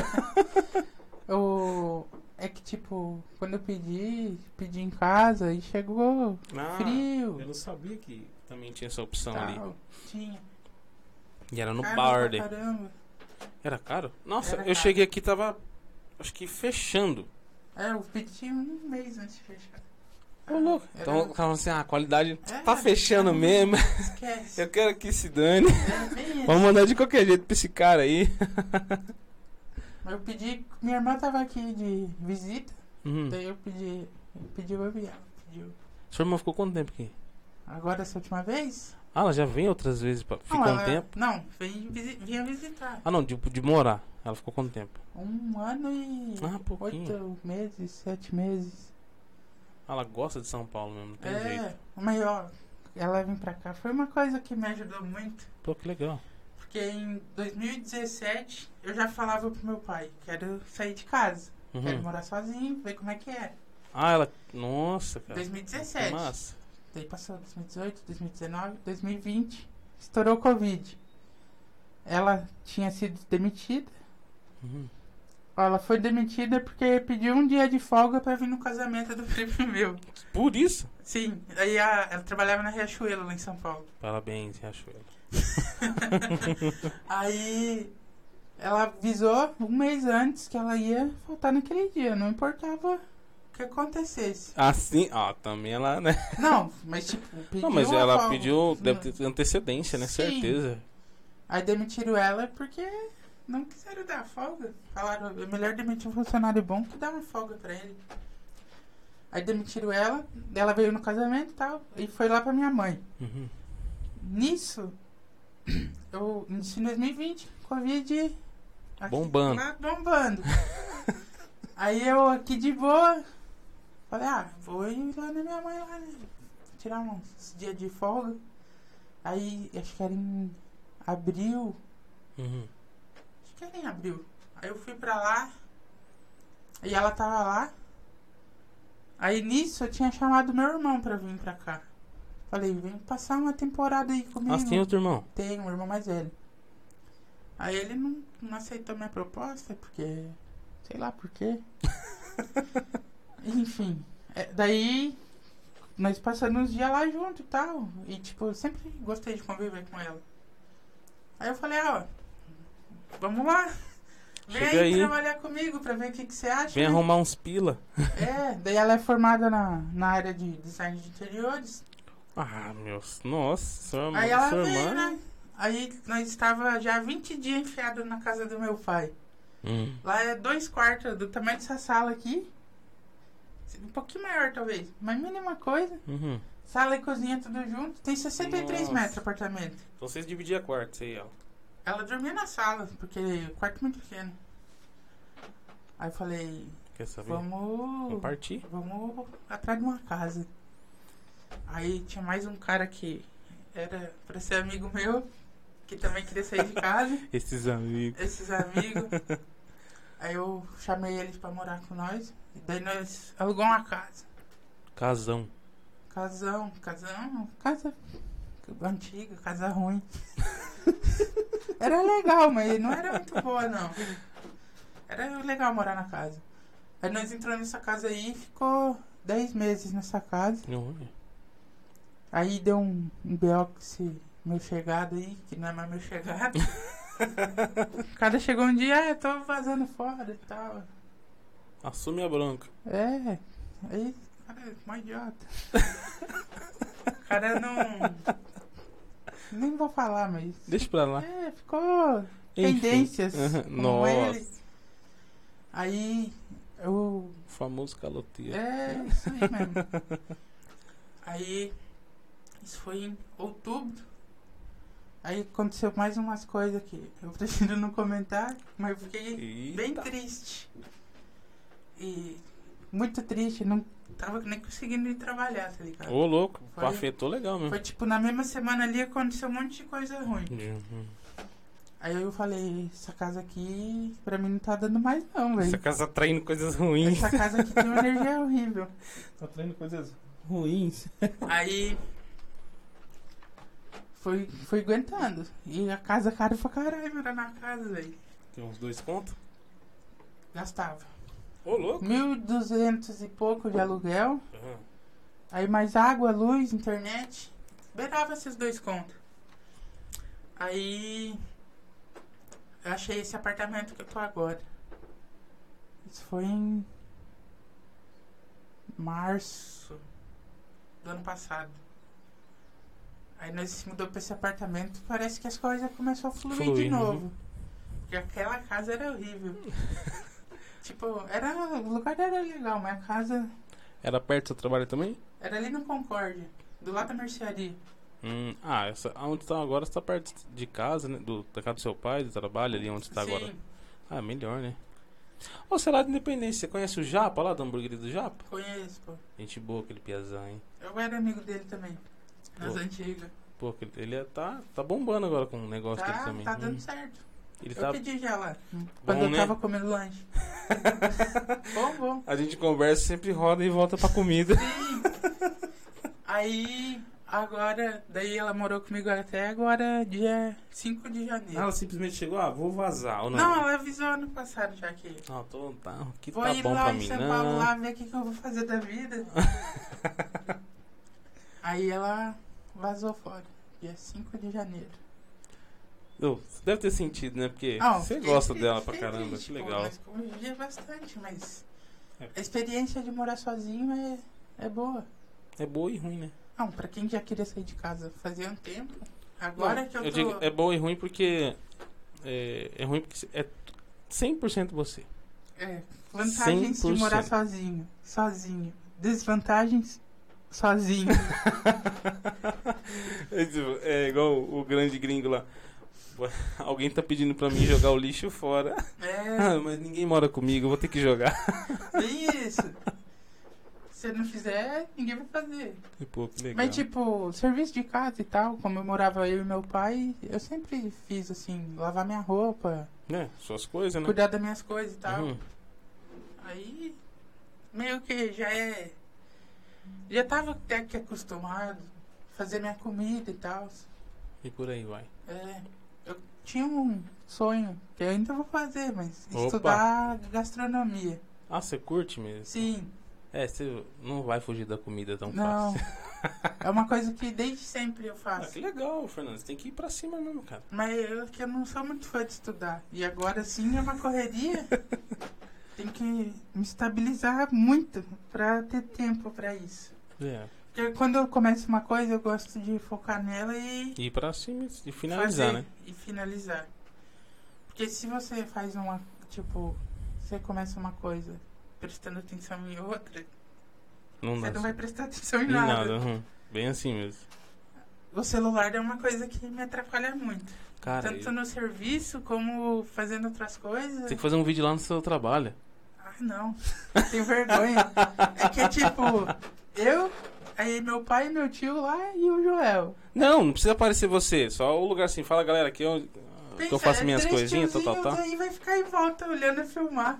S2: Eu... É que, tipo, quando eu pedi, pedi em casa e chegou
S1: Ah,
S2: frio.
S1: Eu não sabia que também tinha essa opção Então, ali.
S2: tal. Tá. Tinha.
S1: E era no
S2: Caro
S1: bar,
S2: pra
S1: né?
S2: Caramba.
S1: Era caro? Nossa,
S2: Era
S1: eu
S2: caro.
S1: cheguei aqui tava. Acho que fechando.
S2: É, eu pedi um mês antes de fechar.
S1: Ô, louco.
S2: Era-
S1: Então, falando assim, ah, a qualidade
S2: É,
S1: tá fechando
S2: era-
S1: mesmo.
S2: Esquece.
S1: Eu quero que se dane.
S2: Era bem isso.
S1: Vamos mandar de qualquer jeito pra esse cara aí.
S2: Eu pedi. Minha irmã tava aqui de visita.
S1: Uhum.
S2: Daí eu pedi. Eu pedi o avião. Pediu.
S1: Sua irmã ficou quanto tempo aqui?
S2: Agora essa última vez?
S1: Ah, ela já vem outras vezes. Pra... Ficou
S2: não,
S1: um
S2: ela-
S1: tempo?
S2: Não, vem, visi- vinha visitar.
S1: Ah, não, de, de morar. Ela ficou quanto tempo?
S2: Um ano e.
S1: Ah, pouquinho.
S2: Oito meses, sete meses.
S1: Ela gosta de São Paulo mesmo, não tem jeito.
S2: É, mas ó, ela vir pra cá foi uma coisa que me ajudou muito.
S1: Pô, que legal.
S2: Porque em 2017 eu já falava pro meu pai: quero sair de casa, quero
S1: Uhum.
S2: morar sozinho, ver como é que é.
S1: Ah, ela. Nossa, cara.
S2: 2017.
S1: Tá. Que massa.
S2: Daí passou 2018, 2019, 2020. Estourou o Covid. Ela tinha sido demitida.
S1: Uhum.
S2: Ela foi demitida porque pediu um dia de folga pra vir no casamento do primo meu.
S1: Por isso?
S2: Sim, aí a- ela trabalhava na Riachuelo, lá em São Paulo.
S1: Parabéns, Riachuelo.
S2: Aí ela avisou um mês antes que ela ia faltar naquele dia, não importava o que acontecesse.
S1: Assim, ó, também ela, né?
S2: Não, mas tipo, pediu.
S1: Não, mas
S2: a
S1: ela
S2: folga.
S1: pediu, deve ter antecedência, né?
S2: Sim.
S1: Certeza.
S2: Aí demitiram ela porque Não quiseram dar folga. Falaram, é melhor demitir um funcionário bom que dar uma folga pra ele. Aí demitiram ela, ela veio no casamento e tal, e foi lá pra minha mãe.
S1: Uhum.
S2: Nisso, eu, isso em 2020, Covid. aqui-
S1: Bombando.
S2: lá, bombando. Aí eu aqui de boa, falei, ah, vou ir lá na minha mãe lá, né? Tirar uns dias de folga. Aí, acho que era em abril,
S1: Uhum.
S2: Acho que era em abril. Aí eu fui pra lá. E ela tava lá. Aí nisso eu tinha chamado meu irmão pra vir pra cá. Falei, vem passar uma temporada aí comigo.
S1: Ah, você tem outro irmão?
S2: Tem um irmão mais velho. Aí ele não, não aceitou minha proposta, porque. Sei lá por quê. Enfim. é, daí. Nós passamos uns dias lá junto e tal. E, tipo, eu sempre gostei de conviver com ela. Aí eu falei, ó. Vamos lá. Vem
S1: Chega
S2: aí,
S1: aí.
S2: trabalhar comigo pra ver o que, que você acha.
S1: Vem
S2: né?
S1: arrumar uns pila.
S2: É, daí ela é formada na, na área de design de interiores.
S1: Ah, meu. Nossa, sua,
S2: Aí ela
S1: sua
S2: veio,
S1: irmã.
S2: né? Aí nós estava já há 20 dias enfiado na casa do meu pai.
S1: Hum.
S2: Lá é dois quartos do tamanho dessa sala aqui. Um pouquinho maior, talvez. Mas mínima coisa.
S1: Uhum.
S2: Sala e cozinha tudo junto. Tem 63
S1: Nossa.
S2: metros o apartamento.
S1: Então vocês dividiam quarto, sei lá.
S2: Ela dormia na sala, porque o quarto é muito pequeno. Aí eu falei,
S1: Quer saber?
S2: vamos.
S1: Vamos partir.
S2: Vamos atrás de uma casa. Aí tinha mais um cara que era pra ser amigo meu, que também queria sair de casa.
S1: Esses amigos.
S2: esses amigos. Aí eu chamei eles pra morar com nós. E daí nós alugamos uma casa.
S1: Casão.
S2: Casão, casão, casa antiga, casa ruim. era legal, mas não era muito boa, não. Era legal morar na casa. Aí nós entramos nessa casa aí e ficou 10 meses nessa casa.
S1: Não, olha.
S2: Aí deu um, um BO com esse meu chegado aí, que não é mais meu chegado. o cara chegou um dia, ah, eu tô vazando fora e tal.
S1: Assume a bronca.
S2: É, aí, cara, mó idiota. o cara não. Nem vou falar, mas.
S1: Deixa pra lá.
S2: É, ficou
S1: Enfim.
S2: tendências.
S1: Aham.
S2: como
S1: Nossa.
S2: ele. Aí, eu.
S1: O famoso caloteiro.
S2: É, isso aí mesmo. aí, isso foi em outubro. Aí aconteceu mais umas coisas que eu prefiro não comentar, mas eu fiquei bem
S1: Eita.
S2: triste. E muito triste, não tava nem conseguindo ir trabalhar, tá ligado?
S1: Ô, louco.
S2: Foi-
S1: Afetou legal mesmo.
S2: Foi tipo, na mesma semana ali aconteceu um monte de coisa ruim.
S1: Uhum.
S2: Aí eu falei, essa casa aqui pra mim não tá dando mais não,
S1: Essa
S2: velho.
S1: casa atraindo coisas ruins.
S2: Essa casa aqui tem uma energia horrível.
S1: Tá traindo coisas ruins.
S2: Aí foi, foi aguentando. E a casa cara pra caralho morar na casa, velho.
S1: Tem uns dois contos?
S2: Gastava.
S1: Ô, louco.
S2: 1.200 e pouco de aluguel.
S1: Aham.
S2: Aí mais água, luz, internet. Beirava esses dois contos. Aí eu achei esse apartamento que eu tô agora. Isso foi em março do ano passado. Aí nós se mudou pra esse apartamento, parece que as coisas começaram a fluir de
S1: Fluir, uhum.
S2: novo. Porque aquela casa era horrível. tipo, era, o lugar era legal, mas a casa
S1: Era perto do seu trabalho também?
S2: era ali no Concórdia, do lado da mercearia.
S1: Hum, ah, essa, onde tá agora, você tá perto de casa, né? Do, da casa do seu pai, do trabalho ali, onde você tá
S2: Sim.
S1: agora. Ah, melhor, né? Ô, sei lá, de Independência, você conhece o Japa lá, da hamburgueria do Japa?
S2: Conheço, pô.
S1: Gente boa, aquele piazão, hein?
S2: Eu era amigo dele também. Nas
S1: Pô,
S2: antigas.
S1: Pô, aquele- ele é- tá, tá bombando agora com o negócio dele
S2: Tá,
S1: também.
S2: tá
S1: Hum,
S2: dando certo.
S1: ele
S2: eu
S1: tá...
S2: pedi já lá. Quando eu
S1: né?
S2: tava comendo lanche. bom, bom.
S1: A gente conversa, sempre roda e volta pra comida.
S2: Aí, agora, daí ela morou comigo até agora, dia 5 de janeiro.
S1: Ela simplesmente chegou, ah, vou vazar, ou não?
S2: Não, ela avisou ano passado já que.
S1: Não, tô, tá, aqui
S2: Vou
S1: tá
S2: ir
S1: bom
S2: lá
S1: pra
S2: em
S1: mim,
S2: São
S1: não.
S2: Paulo lá ver o que, que eu vou fazer da vida. Aí ela vazou fora. Dia 5 de janeiro.
S1: Ô, você deve ter sentido, né? Porque
S2: Ah,
S1: você
S2: fiquei-
S1: gosta dela pra
S2: fiquei
S1: caramba,
S2: triste,
S1: que
S2: pô,
S1: legal.
S2: Nós convivia bastante, mas
S1: É.
S2: a experiência de morar sozinho é, é boa.
S1: É boa e ruim, né?
S2: Não, pra quem já queria sair de casa fazia um tempo, agora
S1: Não,
S2: que eu,
S1: eu é
S2: tô...
S1: digo, é bom e ruim porque é, é ruim porque é 100% você.
S2: É, vantagens de morar
S1: 100%.
S2: sozinho. Sozinho. Desvantagens, sozinho.
S1: É, tipo, é igual o grande gringo lá. Alguém tá pedindo pra mim jogar o lixo fora. Ah,
S2: É,
S1: mas ninguém mora comigo, eu vou ter que jogar.
S2: bem isso. Se não fizer, ninguém vai fazer.
S1: Tipo, que legal.
S2: Mas, tipo, serviço de casa e tal, como eu morava eu e meu pai, eu sempre fiz, assim, lavar minha roupa,
S1: Né? Suas coisas, né?
S2: cuidar das minhas coisas e tal.
S1: Uhum.
S2: Aí, meio que já é... Já tava até que acostumado a fazer minha comida e tal.
S1: E por aí vai.
S2: É, eu tinha um sonho, que eu ainda vou fazer, mas
S1: Opa.
S2: estudar gastronomia.
S1: Ah, você curte mesmo?
S2: Sim,
S1: É, você não vai fugir da comida tão
S2: não.
S1: fácil.
S2: É uma coisa que desde sempre eu
S1: Ah, que
S2: faço.
S1: legal, Fernando. Você tem que ir pra cima mesmo, cara.
S2: Mas eu, que eu não sou muito fã de estudar. E agora sim é uma correria. Tem que me estabilizar muito pra ter tempo pra isso.
S1: É.
S2: Porque quando eu começo uma coisa, eu gosto de focar nela e
S1: Ir pra cima e finalizar,
S2: fazer
S1: né?
S2: E finalizar. Porque se você faz uma. Tipo, você começa uma coisa prestando atenção em outra,
S1: Não
S2: você
S1: dá.
S2: não vai prestar atenção em
S1: Em
S2: nada.
S1: nada. uhum. Bem assim mesmo.
S2: O celular é uma coisa que me atrapalha muito.
S1: Cara,
S2: Tanto no serviço como fazendo outras coisas.
S1: tem que fazer um vídeo lá no seu trabalho.
S2: Ah, não. Tenho vergonha. é que é tipo, eu, aí meu pai, meu tio lá e o Joel.
S1: Não, não precisa aparecer você. Só o lugar assim. Fala, galera, aqui é onde que eu
S2: Pensa,
S1: faço
S2: é
S1: minhas
S2: três
S1: coisinhas, tal, tal,
S2: tiozinhos
S1: tal.
S2: Aí vai ficar em volta olhando e filmar.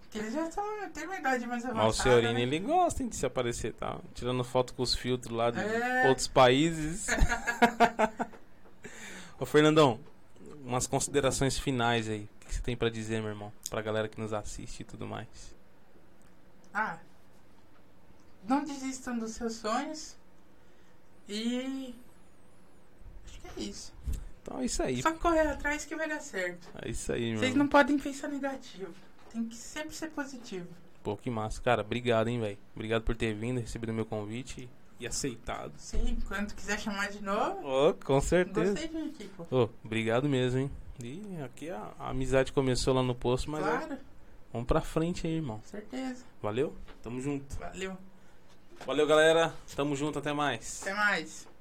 S2: Porque eles já são, tem uma idade mais avançada.
S1: Mas o senhorinho,
S2: né?
S1: ele gosta hein, de se aparecer, tá? Tirando foto com os filtros lá de
S2: É.
S1: outros países. Ô, Fernandão, umas considerações finais aí. O que que você tem pra dizer, meu irmão? Pra galera que nos assiste e tudo mais.
S2: Ah, não desistam dos seus sonhos. E. Acho que é isso.
S1: Então é isso aí.
S2: Só correr atrás que vai dar certo.
S1: É isso aí, meu
S2: Vocês
S1: irmão.
S2: não podem pensar negativo. Tem que sempre ser positivo.
S1: Pô, que massa. Cara, obrigado, hein, velho. Obrigado por ter vindo, recebido meu convite e aceitado.
S2: Sim, quando quiser chamar de novo.
S1: Ô, com certeza.
S2: Gostei de vir aqui, pô.
S1: Ô, obrigado mesmo, hein? E aqui a, a amizade começou lá no posto, mas é. ó,
S2: Claro,
S1: vamos pra frente aí, irmão.
S2: certeza.
S1: Valeu? Tamo junto.
S2: Valeu.
S1: Valeu, galera. Tamo junto, até mais.
S2: Até mais.